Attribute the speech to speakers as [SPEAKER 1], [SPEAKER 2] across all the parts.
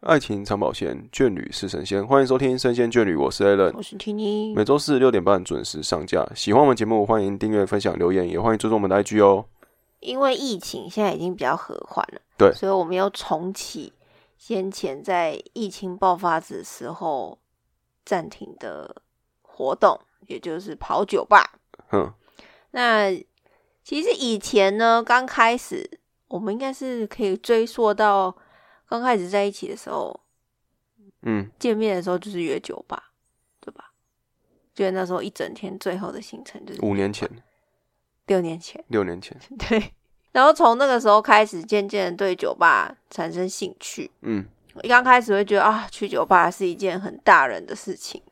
[SPEAKER 1] 爱情长保鲜，眷侣是神仙。欢迎收听《神仙眷侣》，我是 a l l n
[SPEAKER 2] 我是 Tini，
[SPEAKER 1] 每周四六点半准时上架。喜欢我们节目，欢迎订阅、分享、留言，也欢迎追踪我们的 IG 哦。
[SPEAKER 2] 因为疫情现在已经比较和缓了，
[SPEAKER 1] 对
[SPEAKER 2] 所以我们又重启先前在疫情爆发的时候暂停的活动，也就是跑酒吧。
[SPEAKER 1] 哼，
[SPEAKER 2] 那其实以前呢，刚开始我们应该是可以追溯到刚开始在一起的时候，
[SPEAKER 1] 嗯，
[SPEAKER 2] 见面的时候就是约酒吧，对吧？就是那时候一整天最后的行程就是
[SPEAKER 1] 五年前、
[SPEAKER 2] 六年前。
[SPEAKER 1] 六年前，
[SPEAKER 2] 对，然后从那个时候开始，渐渐地对酒吧产生兴趣。
[SPEAKER 1] 嗯，
[SPEAKER 2] 一刚开始会觉得啊，去酒吧是一件很大人的事情，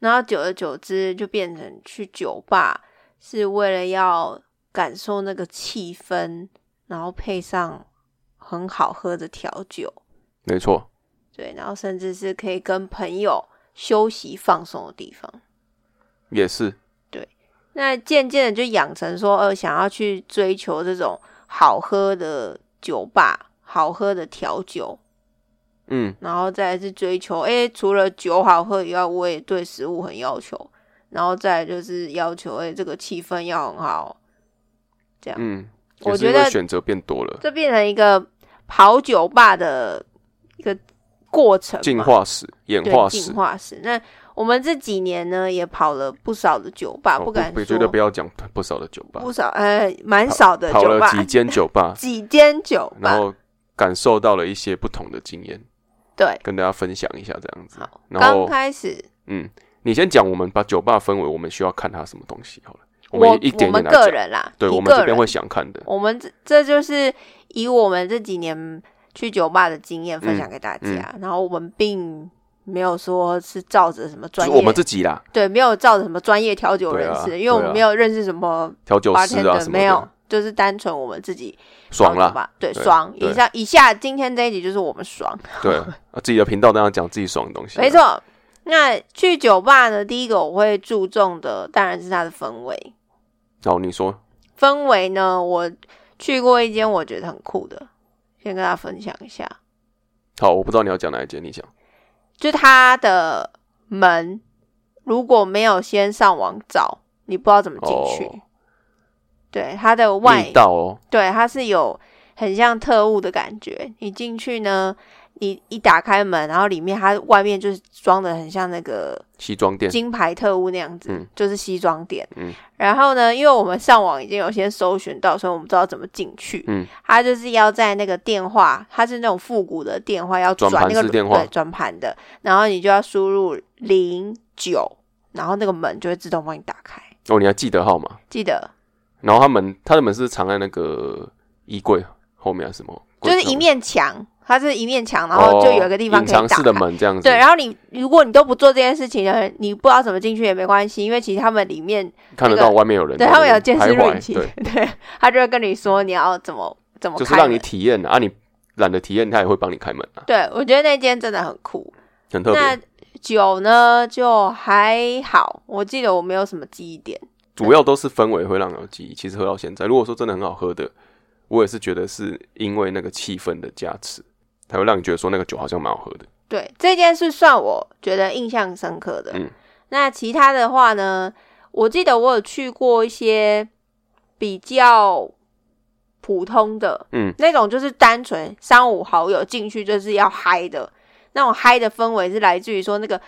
[SPEAKER 2] 然后久而久之就变成去酒吧是为了要感受那个气氛，然后配上很好喝的调酒，
[SPEAKER 1] 没错，
[SPEAKER 2] 对，然后甚至是可以跟朋友休息放松的地方。
[SPEAKER 1] 也是，
[SPEAKER 2] 那渐渐的就养成说，呃，想要去追求这种好喝的酒吧、好喝的调酒，
[SPEAKER 1] 嗯，
[SPEAKER 2] 然后再来是追求，诶、除了酒好喝以外，我也对食物很要求，然后再来就是要求，诶、这个气氛要很好。
[SPEAKER 1] 嗯，
[SPEAKER 2] 我
[SPEAKER 1] 也是因
[SPEAKER 2] 觉得
[SPEAKER 1] 为选择变多了，
[SPEAKER 2] 这变成一个跑酒吧的一个过程嘛，
[SPEAKER 1] 进化史、演
[SPEAKER 2] 对
[SPEAKER 1] 化史
[SPEAKER 2] 进。化史。那我们这几年呢，也跑了不少的酒吧，
[SPEAKER 1] 哦
[SPEAKER 2] 不敢
[SPEAKER 1] 不
[SPEAKER 2] 说
[SPEAKER 1] 绝对不要讲不少的酒吧
[SPEAKER 2] 不，少，呃，蛮少的
[SPEAKER 1] 跑
[SPEAKER 2] 酒
[SPEAKER 1] 了
[SPEAKER 2] 吧，，
[SPEAKER 1] 几间酒吧
[SPEAKER 2] 几间酒吧，
[SPEAKER 1] 然后感受到了一些不同的经验，
[SPEAKER 2] 对，
[SPEAKER 1] 跟大家分享一下这样子。
[SPEAKER 2] 好，
[SPEAKER 1] 然
[SPEAKER 2] 刚
[SPEAKER 1] 后
[SPEAKER 2] 开始
[SPEAKER 1] 嗯，你先讲，我们把酒吧分为我们需要看它什么东西好了，
[SPEAKER 2] 我
[SPEAKER 1] 们一点一
[SPEAKER 2] 我
[SPEAKER 1] 点
[SPEAKER 2] 们
[SPEAKER 1] 来
[SPEAKER 2] 个
[SPEAKER 1] 讲。
[SPEAKER 2] 人啦，
[SPEAKER 1] 对，
[SPEAKER 2] 提
[SPEAKER 1] 我们这
[SPEAKER 2] 个
[SPEAKER 1] 边
[SPEAKER 2] 人
[SPEAKER 1] 会想看的，
[SPEAKER 2] 我们这这就是以我们这几年去酒吧的经验分享给大家，
[SPEAKER 1] 嗯
[SPEAKER 2] 然后我们并没有说是照着什么
[SPEAKER 1] 就
[SPEAKER 2] 专
[SPEAKER 1] 是
[SPEAKER 2] 业，
[SPEAKER 1] 我们自己啦，
[SPEAKER 2] 对没有照着什么专业调酒人士，
[SPEAKER 1] 对啊
[SPEAKER 2] 因为我们
[SPEAKER 1] 对啊
[SPEAKER 2] 没有认识什么
[SPEAKER 1] 调酒师
[SPEAKER 2] bartender，、
[SPEAKER 1] 啊什么
[SPEAKER 2] 没有
[SPEAKER 1] 的，，
[SPEAKER 2] 就是单纯我们自己
[SPEAKER 1] 爽
[SPEAKER 2] 调酒
[SPEAKER 1] 啦，
[SPEAKER 2] 吧，对
[SPEAKER 1] 对
[SPEAKER 2] 爽。
[SPEAKER 1] 对
[SPEAKER 2] 以上以下今天这一集就是我们爽，
[SPEAKER 1] 对，啊自己的频道当然讲自己爽的东西，啊
[SPEAKER 2] 没，错。那去酒吧呢，第一个我会注重的当然是它的氛围，
[SPEAKER 1] 然后你说，
[SPEAKER 2] 氛围呢，我去过一间我觉得很酷的，先跟大家分享一下，
[SPEAKER 1] 好，我不知道你要讲哪一间，你讲，
[SPEAKER 2] 就它的门如果没有先上网找，你不知道怎么进去。
[SPEAKER 1] 哦
[SPEAKER 2] 对，它的外
[SPEAKER 1] 味，道哦，
[SPEAKER 2] 对，它是有很像特务的感觉。你进去呢，你一打开门，然后里面它外面就是装的很像那个
[SPEAKER 1] 西装店，
[SPEAKER 2] 金牌特务那样子，
[SPEAKER 1] 嗯
[SPEAKER 2] 就是西装店。
[SPEAKER 1] 嗯
[SPEAKER 2] 然后呢，因为我们上网已经有先搜寻到，所以我们知道怎么进去。
[SPEAKER 1] 嗯，
[SPEAKER 2] 他就是要在那个电话，它是那种复古的电话，要转
[SPEAKER 1] 转盘
[SPEAKER 2] 那个
[SPEAKER 1] 式电话
[SPEAKER 2] 对转盘的，然后你就要输入零九，然后那个门就会自动帮你打开。
[SPEAKER 1] 哦，你还记得号码？
[SPEAKER 2] 记得
[SPEAKER 1] 然后他门，他的门是藏在那个衣柜后面还是什么？
[SPEAKER 2] 就是一面墙，它是一面墙，然后就有一个地方
[SPEAKER 1] 哦隐
[SPEAKER 2] 可以打
[SPEAKER 1] 藏
[SPEAKER 2] 开。
[SPEAKER 1] 式的门这样子，
[SPEAKER 2] 对，然后你如果你都不做这件事情呢，你不知道怎么进去也没关系，因为其实他们里面
[SPEAKER 1] 看得
[SPEAKER 2] 那个
[SPEAKER 1] 到外面有人在
[SPEAKER 2] 对
[SPEAKER 1] 那
[SPEAKER 2] 他们
[SPEAKER 1] 边徘徊，
[SPEAKER 2] 有监视录影器，
[SPEAKER 1] 对，
[SPEAKER 2] 对，他就会跟你说你要怎么怎么开
[SPEAKER 1] 就
[SPEAKER 2] 门，
[SPEAKER 1] 是让你体验啊，啊你懒得体验，他也会帮你开门啊，
[SPEAKER 2] 对我觉得那间真的很酷。
[SPEAKER 1] 很特
[SPEAKER 2] 那
[SPEAKER 1] 别。
[SPEAKER 2] 酒呢就还好，我记得我没有什么记忆点，
[SPEAKER 1] 主要都是氛围会让人有记忆。其实喝到现在，如果说真的很好喝的，我也是觉得是因为那个气氛的加持，才会让你觉得说那个酒好像蛮好喝的。
[SPEAKER 2] 对，这件事算我觉得印象深刻的。
[SPEAKER 1] 嗯
[SPEAKER 2] 那其他的话呢，我记得我有去过一些比较普通的，
[SPEAKER 1] 嗯，
[SPEAKER 2] 那种就是单纯三五好友进去就是要嗨的那种嗨的氛围，是来自于说那个。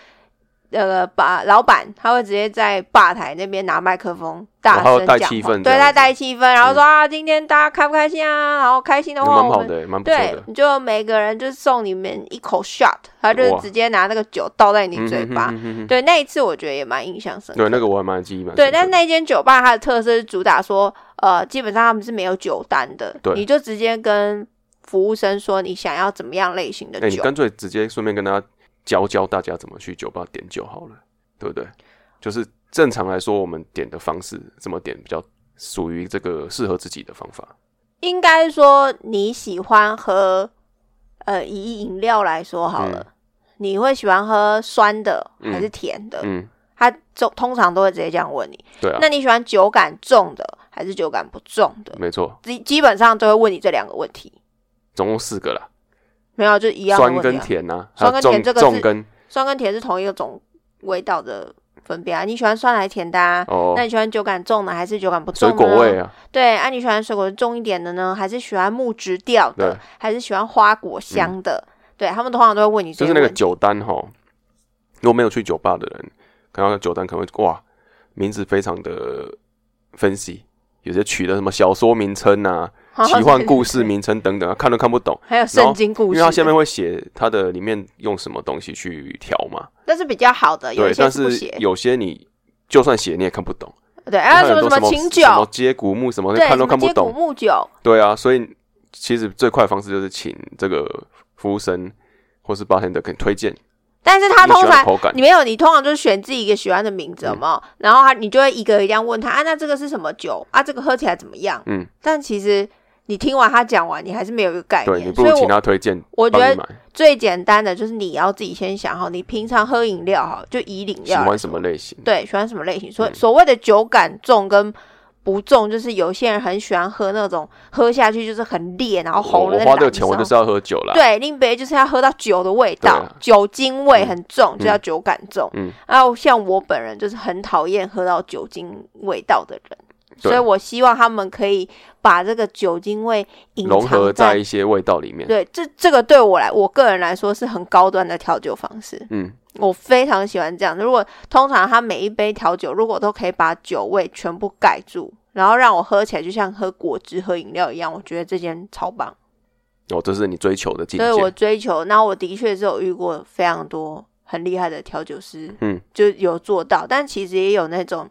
[SPEAKER 2] 呃，把老板他会直接在吧台那边拿麦克风大
[SPEAKER 1] 然后
[SPEAKER 2] 声
[SPEAKER 1] 带
[SPEAKER 2] 讲
[SPEAKER 1] 气
[SPEAKER 2] 话
[SPEAKER 1] 氛这
[SPEAKER 2] 对，
[SPEAKER 1] 样
[SPEAKER 2] 他
[SPEAKER 1] 子
[SPEAKER 2] 带气氛，然后说、啊，今天大家开不开心啊？然后开心的
[SPEAKER 1] 也
[SPEAKER 2] 话，
[SPEAKER 1] 蛮
[SPEAKER 2] 我
[SPEAKER 1] 好
[SPEAKER 2] 们
[SPEAKER 1] 的、欸，蛮不错
[SPEAKER 2] 对
[SPEAKER 1] 的，。
[SPEAKER 2] 你就每个人就送你们一口 shot，他就是
[SPEAKER 1] 哇
[SPEAKER 2] 直接拿那个酒倒在你
[SPEAKER 1] 嗯
[SPEAKER 2] 嘴巴。
[SPEAKER 1] 哼哼哼哼
[SPEAKER 2] 对，那一次我觉得也蛮印象深刻。
[SPEAKER 1] 对，那个我还蛮记忆蛮深
[SPEAKER 2] 对，
[SPEAKER 1] 刻的。哎
[SPEAKER 2] 但那间酒吧它的特色是主打说，呃，基本上他们是没有酒单的，
[SPEAKER 1] 对
[SPEAKER 2] 你就直接跟服务生说你想要怎么样类型的
[SPEAKER 1] 哎、你
[SPEAKER 2] 酒。
[SPEAKER 1] 干脆直接顺便跟大家教教大家怎么去酒吧点酒好了，对不对？就是正常来说，我们点的方式怎么点比较属于这个适合自己的方法。
[SPEAKER 2] 应该说你喜欢喝，呃，以饮料来说好了，你会喜欢喝酸的还是甜的？
[SPEAKER 1] 嗯嗯，
[SPEAKER 2] 他就通常都会直接这样问你。
[SPEAKER 1] 对啊，
[SPEAKER 2] 那你喜欢酒感重的还是酒感不重的？
[SPEAKER 1] 没错，
[SPEAKER 2] 基基本上都会问你这两个问题。
[SPEAKER 1] 总共四个啦。
[SPEAKER 2] 没有就一样的
[SPEAKER 1] 酸
[SPEAKER 2] 问
[SPEAKER 1] 跟
[SPEAKER 2] 题、啊。
[SPEAKER 1] 甜呐、啊，还有
[SPEAKER 2] 酸跟
[SPEAKER 1] 重
[SPEAKER 2] 甜这个
[SPEAKER 1] 重
[SPEAKER 2] 是
[SPEAKER 1] 跟
[SPEAKER 2] 酸跟甜是同一个种味道的分别啊。你喜欢酸还是甜的啊？
[SPEAKER 1] 哦
[SPEAKER 2] 那你喜欢酒感重的还是酒感不重
[SPEAKER 1] 水
[SPEAKER 2] 的？
[SPEAKER 1] 果味。啊，
[SPEAKER 2] 对，啊，你喜欢水果重一点的呢，还是喜欢木质调的
[SPEAKER 1] 对，嗯
[SPEAKER 2] 还是喜欢花果香的？对他们通常都会问你这
[SPEAKER 1] 就
[SPEAKER 2] 些
[SPEAKER 1] 是
[SPEAKER 2] 问
[SPEAKER 1] 那
[SPEAKER 2] 题，
[SPEAKER 1] 个酒单哈。如果没有去酒吧的人，看到酒单可能会哇，名字非常的分析，有些取的什么小说名称啊、
[SPEAKER 2] 哦
[SPEAKER 1] 奇幻故事，名称等等啊，看都看不懂，
[SPEAKER 2] 还有圣经故
[SPEAKER 1] 因
[SPEAKER 2] 事，
[SPEAKER 1] 为它下面会写它的里面用什么东西去调嘛。
[SPEAKER 2] 但是比较好的，有
[SPEAKER 1] 对
[SPEAKER 2] 一，些
[SPEAKER 1] 但
[SPEAKER 2] 不
[SPEAKER 1] 是
[SPEAKER 2] 写，
[SPEAKER 1] 有些你就算写你也看不懂，
[SPEAKER 2] 对，
[SPEAKER 1] 因
[SPEAKER 2] 还有
[SPEAKER 1] 为
[SPEAKER 2] 什
[SPEAKER 1] 很
[SPEAKER 2] 么
[SPEAKER 1] 多什
[SPEAKER 2] 清酒，
[SPEAKER 1] 什么接骨木什么，
[SPEAKER 2] 对，
[SPEAKER 1] 看都
[SPEAKER 2] 什么
[SPEAKER 1] 看不
[SPEAKER 2] 接骨
[SPEAKER 1] 懂。
[SPEAKER 2] 木酒，
[SPEAKER 1] 对啊，所以其实最快的方式就是请这个服务生或是 bartender 给你推荐
[SPEAKER 2] 但是他
[SPEAKER 1] 你
[SPEAKER 2] 通
[SPEAKER 1] 喜欢的
[SPEAKER 2] 常
[SPEAKER 1] 口感
[SPEAKER 2] 你。没有，你通常就是选自己一个喜欢的名
[SPEAKER 1] 嗯
[SPEAKER 2] 字，有没有？然后他你就会一个一样问他啊，那这个是什么酒啊？这个喝起来怎么样？
[SPEAKER 1] 嗯，
[SPEAKER 2] 但其实你听完他讲完，你还是没有一个概
[SPEAKER 1] 对
[SPEAKER 2] 念
[SPEAKER 1] 你，不
[SPEAKER 2] 哎所以
[SPEAKER 1] 如请
[SPEAKER 2] 我
[SPEAKER 1] 他推荐，
[SPEAKER 2] 我觉
[SPEAKER 1] 帮你
[SPEAKER 2] 得
[SPEAKER 1] 买
[SPEAKER 2] 最简单的就是你要自己先想好，你平常喝饮料哈，就以饮
[SPEAKER 1] 喜
[SPEAKER 2] 料
[SPEAKER 1] 欢什么类型。
[SPEAKER 2] 对喜欢什么类型，所
[SPEAKER 1] 嗯
[SPEAKER 2] 所谓的酒感重跟。不重就是有些人很喜欢喝那种喝下去就是很烈，然后
[SPEAKER 1] 哦我
[SPEAKER 2] 红
[SPEAKER 1] 我
[SPEAKER 2] 的。
[SPEAKER 1] 花这个钱，我就是是要喝酒啦。
[SPEAKER 2] 对，令杯就是要喝到酒的味道，
[SPEAKER 1] 对啊
[SPEAKER 2] 酒精味
[SPEAKER 1] 嗯
[SPEAKER 2] 很重，就叫酒感重。
[SPEAKER 1] 嗯，
[SPEAKER 2] 然后像我本人就是很讨厌喝到酒精味道的人，
[SPEAKER 1] 对
[SPEAKER 2] 所以我希望他们可以把这个酒精味隐
[SPEAKER 1] 融合
[SPEAKER 2] 藏
[SPEAKER 1] 在一些味道里面。
[SPEAKER 2] 对，这这个对我来，我个人来说是很高端的调酒方式，
[SPEAKER 1] 嗯，
[SPEAKER 2] 我非常喜欢这样。如果通常他每一杯调酒，如果都可以把酒味全部盖住，然后让我喝起来就像喝果汁、喝饮料一样，我觉得这间超棒。
[SPEAKER 1] 哦，这是你追求的境
[SPEAKER 2] 所以我
[SPEAKER 1] 界。
[SPEAKER 2] 追求，那我的确是有遇过非常多很厉害的调酒师，
[SPEAKER 1] 嗯，
[SPEAKER 2] 就有做到，但其实也有那种。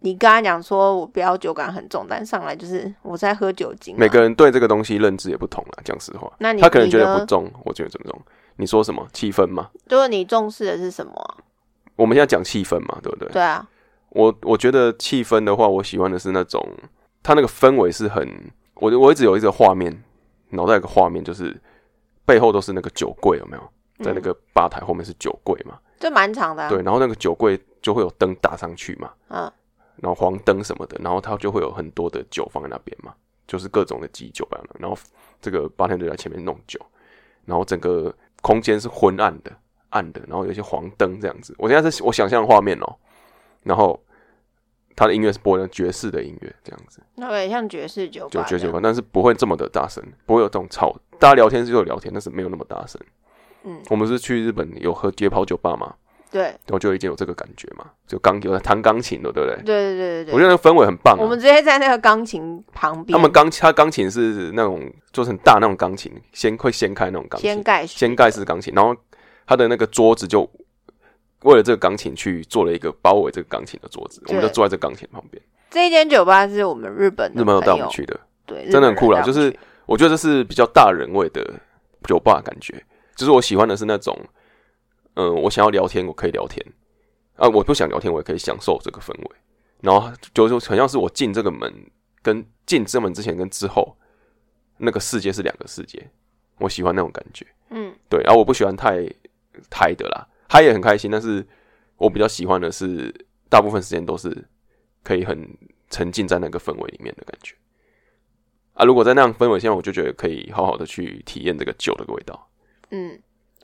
[SPEAKER 2] 你跟他讲说，我不要酒感很重，但上来就是我在喝酒精嘛。
[SPEAKER 1] 每个人对这个东西认知也不同啦，讲实话，
[SPEAKER 2] 那你
[SPEAKER 1] 他可能觉
[SPEAKER 2] 你
[SPEAKER 1] 得
[SPEAKER 2] 呢
[SPEAKER 1] 不重，我觉得怎么重？你说什么气氛嘛？
[SPEAKER 2] 就是你重视的是什么啊、
[SPEAKER 1] 我们现在讲气氛嘛，对不对？
[SPEAKER 2] 对啊，
[SPEAKER 1] 我我觉得气氛的话，我喜欢的是那种，它那个氛围是很，我我一直有一个画面，脑袋有个画面，就是背后都是那个酒柜，有没有？在那
[SPEAKER 2] 嗯
[SPEAKER 1] 个吧台后面是酒柜嘛？
[SPEAKER 2] 这蛮长的、啊。
[SPEAKER 1] 对，然后那个酒柜就会有灯打上去嘛，
[SPEAKER 2] 嗯，
[SPEAKER 1] 然后黄灯什么的，然后它就会有很多的酒放在那边嘛，就是各种的基酒吧，然后这个八天就在前面弄酒，然后整个空间是昏暗的，暗的，然后有一些黄灯这样子。我现在是我想象的画面哦、然后它的音乐是播那爵士的音乐这样子，
[SPEAKER 2] 那个也像爵士酒
[SPEAKER 1] 就
[SPEAKER 2] 吧这
[SPEAKER 1] 爵
[SPEAKER 2] 样，
[SPEAKER 1] 士吧，但是不会这么的大声，不会有这种吵，大家聊天是有聊天，但是没有那么大声。
[SPEAKER 2] 嗯，
[SPEAKER 1] 我们是去日本有喝街跑酒吧嘛，
[SPEAKER 2] 对
[SPEAKER 1] 然后就已经有这个感觉嘛，就钢有弹钢琴的，对不对？
[SPEAKER 2] 对对对对
[SPEAKER 1] 我
[SPEAKER 2] 对。
[SPEAKER 1] 觉得那个氛围很棒、啊。
[SPEAKER 2] 我们直接在那个钢琴旁边，
[SPEAKER 1] 他们钢他钢琴是那种就是很大那种钢琴，掀会掀开那种钢
[SPEAKER 2] 掀
[SPEAKER 1] 琴，
[SPEAKER 2] 盖式
[SPEAKER 1] 掀盖式钢琴，然后他的那个桌子就为了这个钢琴去做了一个包围这个钢琴的桌子，我
[SPEAKER 2] 对
[SPEAKER 1] 们就坐在这个钢琴旁边。
[SPEAKER 2] 这一间酒吧是我们日本的
[SPEAKER 1] 日本有
[SPEAKER 2] 朋
[SPEAKER 1] 带我
[SPEAKER 2] 友
[SPEAKER 1] 们，去的，
[SPEAKER 2] 对，
[SPEAKER 1] 真的很酷啦
[SPEAKER 2] 日本人带我
[SPEAKER 1] 就
[SPEAKER 2] 们
[SPEAKER 1] 是
[SPEAKER 2] 去
[SPEAKER 1] 我觉得这是比较大人味的酒吧感觉，就是我喜欢的是那种，嗯、我想要聊天我可以聊天，啊，我不想聊天我也可以享受这个氛围，然后就就很像是我进这个门跟进这门之前跟之后那个世界是两个世界，我喜欢那种感觉，
[SPEAKER 2] 嗯，
[SPEAKER 1] 对，然、后我不喜欢太嗨的啦，嗨也很开心，但是我比较喜欢的是大部分时间都是可以很沉浸在那个氛围里面的感觉。啊，如果在那样氛围下，我就觉得可以好好的去体验这个酒的味道，
[SPEAKER 2] 嗯，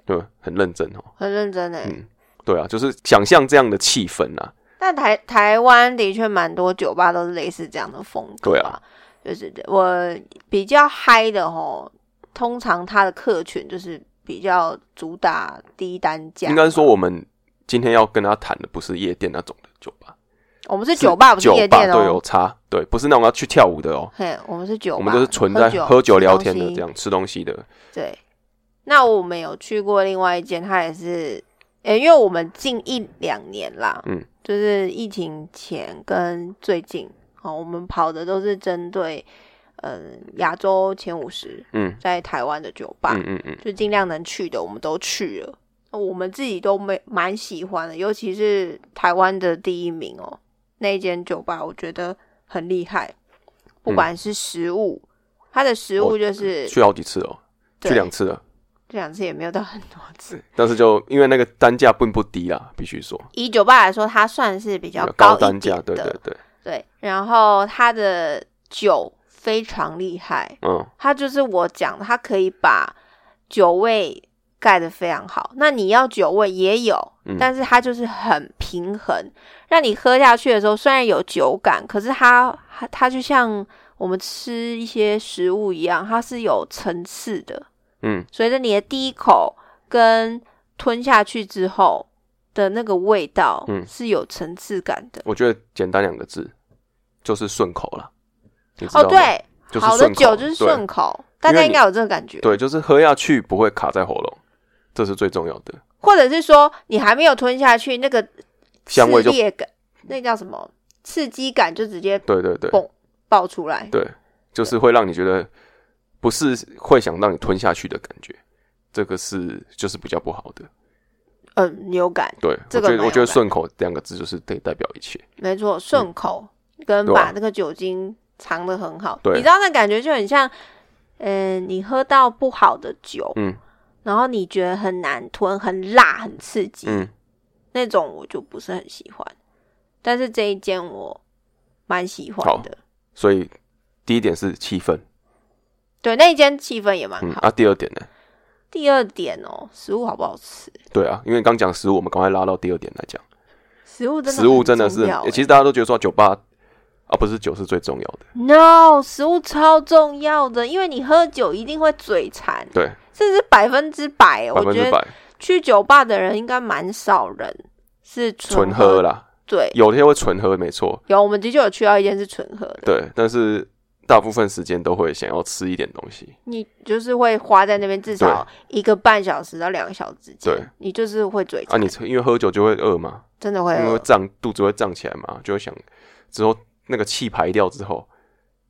[SPEAKER 1] 对吧，很认真哦。
[SPEAKER 2] 很认真诶、
[SPEAKER 1] 嗯，对啊，就是想象这样的气氛啊，
[SPEAKER 2] 但台台湾的确蛮多酒吧都是类似这样的风格、
[SPEAKER 1] 对啊，
[SPEAKER 2] 就是我比较嗨的吼，通常它的客群就是比较主打低单价，
[SPEAKER 1] 应该是说我们今天要跟他谈的不是夜店那种的酒吧，
[SPEAKER 2] 我们是酒吧，不是
[SPEAKER 1] 酒
[SPEAKER 2] 夜
[SPEAKER 1] 吧
[SPEAKER 2] 店
[SPEAKER 1] 对
[SPEAKER 2] 哦、
[SPEAKER 1] 有差，对，不是那种要去跳舞的哦，
[SPEAKER 2] 嘿，我们是酒吧，
[SPEAKER 1] 我们就是存在
[SPEAKER 2] 喝酒
[SPEAKER 1] 喝酒
[SPEAKER 2] 吃
[SPEAKER 1] 聊
[SPEAKER 2] 东
[SPEAKER 1] 天的
[SPEAKER 2] 西
[SPEAKER 1] 这样吃东西的，
[SPEAKER 2] 对，那我们有去过另外一间，它也是，诶、因为我们近一两年啦，
[SPEAKER 1] 嗯，
[SPEAKER 2] 就是疫情前跟最近，哦，我们跑的都是针对，嗯，亚洲前五十
[SPEAKER 1] 嗯
[SPEAKER 2] 在台湾的酒吧，
[SPEAKER 1] 嗯嗯嗯，
[SPEAKER 2] 就尽量能去的我们都去了，我们自己都没蛮喜欢的，尤其是台湾的第一名哦，那一间酒吧我觉得很厉害，不
[SPEAKER 1] 嗯哦
[SPEAKER 2] 管是食物，它的食物
[SPEAKER 1] 我
[SPEAKER 2] 就是
[SPEAKER 1] 去好几次哦，去
[SPEAKER 2] 对
[SPEAKER 1] 两次了，
[SPEAKER 2] 这两次也没有到很多次。
[SPEAKER 1] 但是就因为那个单价并不低啦，必须说
[SPEAKER 2] 以酒吧来说，它算是比较
[SPEAKER 1] 高
[SPEAKER 2] 一
[SPEAKER 1] 单
[SPEAKER 2] 点
[SPEAKER 1] 价，
[SPEAKER 2] 的，
[SPEAKER 1] 对对对，
[SPEAKER 2] 对然后它的酒非常厉害，
[SPEAKER 1] 嗯，
[SPEAKER 2] 它就是我讲的，它可以把酒味盖得非常好。那你要酒味也有
[SPEAKER 1] 嗯，
[SPEAKER 2] 但是它就是很平衡，让你喝下去的时候虽然有酒感，可是它它它就像我们吃一些食物一样，它是有层次的。
[SPEAKER 1] 嗯，
[SPEAKER 2] 随着你的第一口跟吞下去之后的那个味道，
[SPEAKER 1] 嗯
[SPEAKER 2] 是有层次感的。
[SPEAKER 1] 我觉得简单两个字就是顺口啦。你知道
[SPEAKER 2] 哦，
[SPEAKER 1] 吗，
[SPEAKER 2] 对，
[SPEAKER 1] 就是
[SPEAKER 2] 好的
[SPEAKER 1] 顺口
[SPEAKER 2] 酒就是
[SPEAKER 1] 对
[SPEAKER 2] 顺口，大
[SPEAKER 1] 因为
[SPEAKER 2] 家应
[SPEAKER 1] 你
[SPEAKER 2] 该有这个感觉。
[SPEAKER 1] 对，就是喝下去不会卡在喉咙，这是最重要的。
[SPEAKER 2] 或者是说你还没有吞下去，那个
[SPEAKER 1] 香味就
[SPEAKER 2] 刺烈感，那叫什么刺激感就直接
[SPEAKER 1] 对对对
[SPEAKER 2] 蹦爆出来。
[SPEAKER 1] 对，就是会让你觉得不是会想让你吞下去的感觉，这个是就是比较不好的。
[SPEAKER 2] 嗯，有感，
[SPEAKER 1] 对，
[SPEAKER 2] 这
[SPEAKER 1] 我
[SPEAKER 2] 个
[SPEAKER 1] 觉得
[SPEAKER 2] 蛮
[SPEAKER 1] 我觉得
[SPEAKER 2] 有感
[SPEAKER 1] 顺口两个字就是得代表一切。
[SPEAKER 2] 没错，顺口、跟
[SPEAKER 1] 对啊
[SPEAKER 2] 把那个酒精藏得很好。
[SPEAKER 1] 对
[SPEAKER 2] 你知道那感觉就很像，嗯，你喝到不好的酒，
[SPEAKER 1] 嗯
[SPEAKER 2] 然后你觉得很难吞、很辣、很刺激，
[SPEAKER 1] 嗯，
[SPEAKER 2] 那种我就不是很喜欢。但是这一间我蛮喜欢
[SPEAKER 1] 好
[SPEAKER 2] 的，
[SPEAKER 1] 所以第一点是气氛，
[SPEAKER 2] 对，那一间气氛也蛮
[SPEAKER 1] 嗯
[SPEAKER 2] 好。
[SPEAKER 1] 啊，第二点呢？
[SPEAKER 2] 第二点哦，食物好不好吃？
[SPEAKER 1] 对啊，因为刚讲食物，我们赶快拉到第二点来讲。
[SPEAKER 2] 食物真的
[SPEAKER 1] 食物真的
[SPEAKER 2] 很
[SPEAKER 1] 是
[SPEAKER 2] 重要，欸
[SPEAKER 1] 其实大家都觉得说酒吧啊，不是酒是最重要的。
[SPEAKER 2] no，食物超重要的，因为你喝酒一定会嘴馋，
[SPEAKER 1] 对，
[SPEAKER 2] 这是百分之百。
[SPEAKER 1] 百
[SPEAKER 2] 我
[SPEAKER 1] 分
[SPEAKER 2] 觉
[SPEAKER 1] 之
[SPEAKER 2] 得
[SPEAKER 1] 百
[SPEAKER 2] 去酒吧的人应该蛮少人是
[SPEAKER 1] 纯喝
[SPEAKER 2] 喝的，
[SPEAKER 1] 啦，
[SPEAKER 2] 对，
[SPEAKER 1] 有些会纯喝，没错，
[SPEAKER 2] 有我们的确有去到一间是纯喝的，
[SPEAKER 1] 对，但是大部分时间都会想要吃一点东西，
[SPEAKER 2] 你就是会花在那边至少一个半小时到两个小时之间，
[SPEAKER 1] 对
[SPEAKER 2] 你就是会嘴
[SPEAKER 1] 啊，
[SPEAKER 2] 馋，
[SPEAKER 1] 你吃因为喝酒就会饿嘛，
[SPEAKER 2] 真的会
[SPEAKER 1] 因为
[SPEAKER 2] 饿
[SPEAKER 1] 会胀肚子会胀起来嘛，就会想之后那个气排掉之后，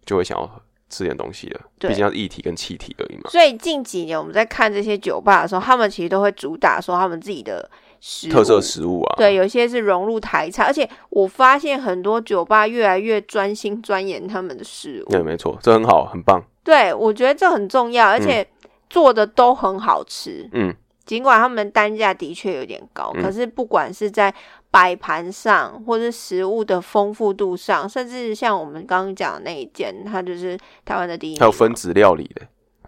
[SPEAKER 1] 就会想要吃点东西了，毕
[SPEAKER 2] 对
[SPEAKER 1] 竟它是液体跟气体而已嘛，
[SPEAKER 2] 所以近几年我们在看这些酒吧的时候，他们其实都会主打说他们自己的食物
[SPEAKER 1] 特色食物啊，
[SPEAKER 2] 对，有些是融入台菜，而且我发现很多酒吧越来越专心钻研他们的食物。
[SPEAKER 1] 对，没错，这很好，很棒，
[SPEAKER 2] 对，我觉得这很重要，而且做的都很好吃。
[SPEAKER 1] 嗯，
[SPEAKER 2] 尽管他们的单价的确有点高，
[SPEAKER 1] 嗯
[SPEAKER 2] 可是不管是在摆盘上，或是食物的丰富度上，甚至像我们刚刚讲的那一件，它就是台湾的第一名嘛，
[SPEAKER 1] 还有分子料理的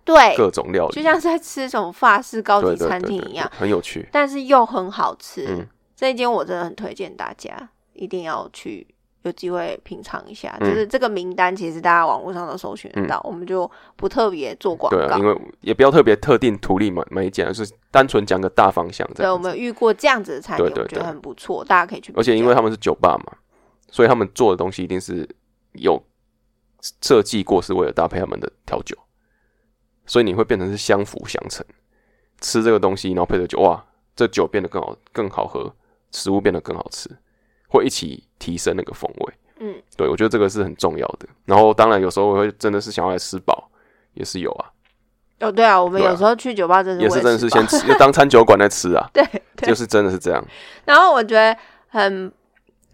[SPEAKER 2] 对，
[SPEAKER 1] 各种料理，
[SPEAKER 2] 就像是在吃这种法式高级
[SPEAKER 1] 对对
[SPEAKER 2] 餐
[SPEAKER 1] 对
[SPEAKER 2] 厅
[SPEAKER 1] 对
[SPEAKER 2] 一样，
[SPEAKER 1] 对很有趣，
[SPEAKER 2] 但是又很好吃。
[SPEAKER 1] 嗯
[SPEAKER 2] 这一间我真的很推荐大家，一定要去，有机会品尝一下。
[SPEAKER 1] 嗯
[SPEAKER 2] 就是这个名单，其实大家网络上都搜寻得到，我们就不特别做广
[SPEAKER 1] 对啊，
[SPEAKER 2] 告
[SPEAKER 1] 因。为也不要特别特定图例买买讲，就是单纯讲个大方向这
[SPEAKER 2] 对，我
[SPEAKER 1] 样子。
[SPEAKER 2] 们有遇过这样子的餐厅，
[SPEAKER 1] 对对
[SPEAKER 2] 我觉得
[SPEAKER 1] 对
[SPEAKER 2] 很不错，大家可以去比较。
[SPEAKER 1] 而且因为他们是酒吧嘛，所以他们做的东西一定是有设计过，是为了搭配他们的调酒，所以你会变成是相辅相成。吃这个东西，然后配着酒，哇，这酒变得更好，更好喝，食物变得更好吃，会一起提升那个风味。
[SPEAKER 2] 嗯，
[SPEAKER 1] 对，我觉得这个是很重要的。然后当然有时候我会真的是想要来吃饱，也是有啊，
[SPEAKER 2] 哦，对啊，我们
[SPEAKER 1] 对啊
[SPEAKER 2] 有时候去酒吧真的
[SPEAKER 1] 也是
[SPEAKER 2] 为
[SPEAKER 1] 真的
[SPEAKER 2] 了
[SPEAKER 1] 是
[SPEAKER 2] 吃饱，
[SPEAKER 1] 先吃，就当餐酒馆在吃啊
[SPEAKER 2] 对 对
[SPEAKER 1] 就是真的是这样。
[SPEAKER 2] 然后我觉得很，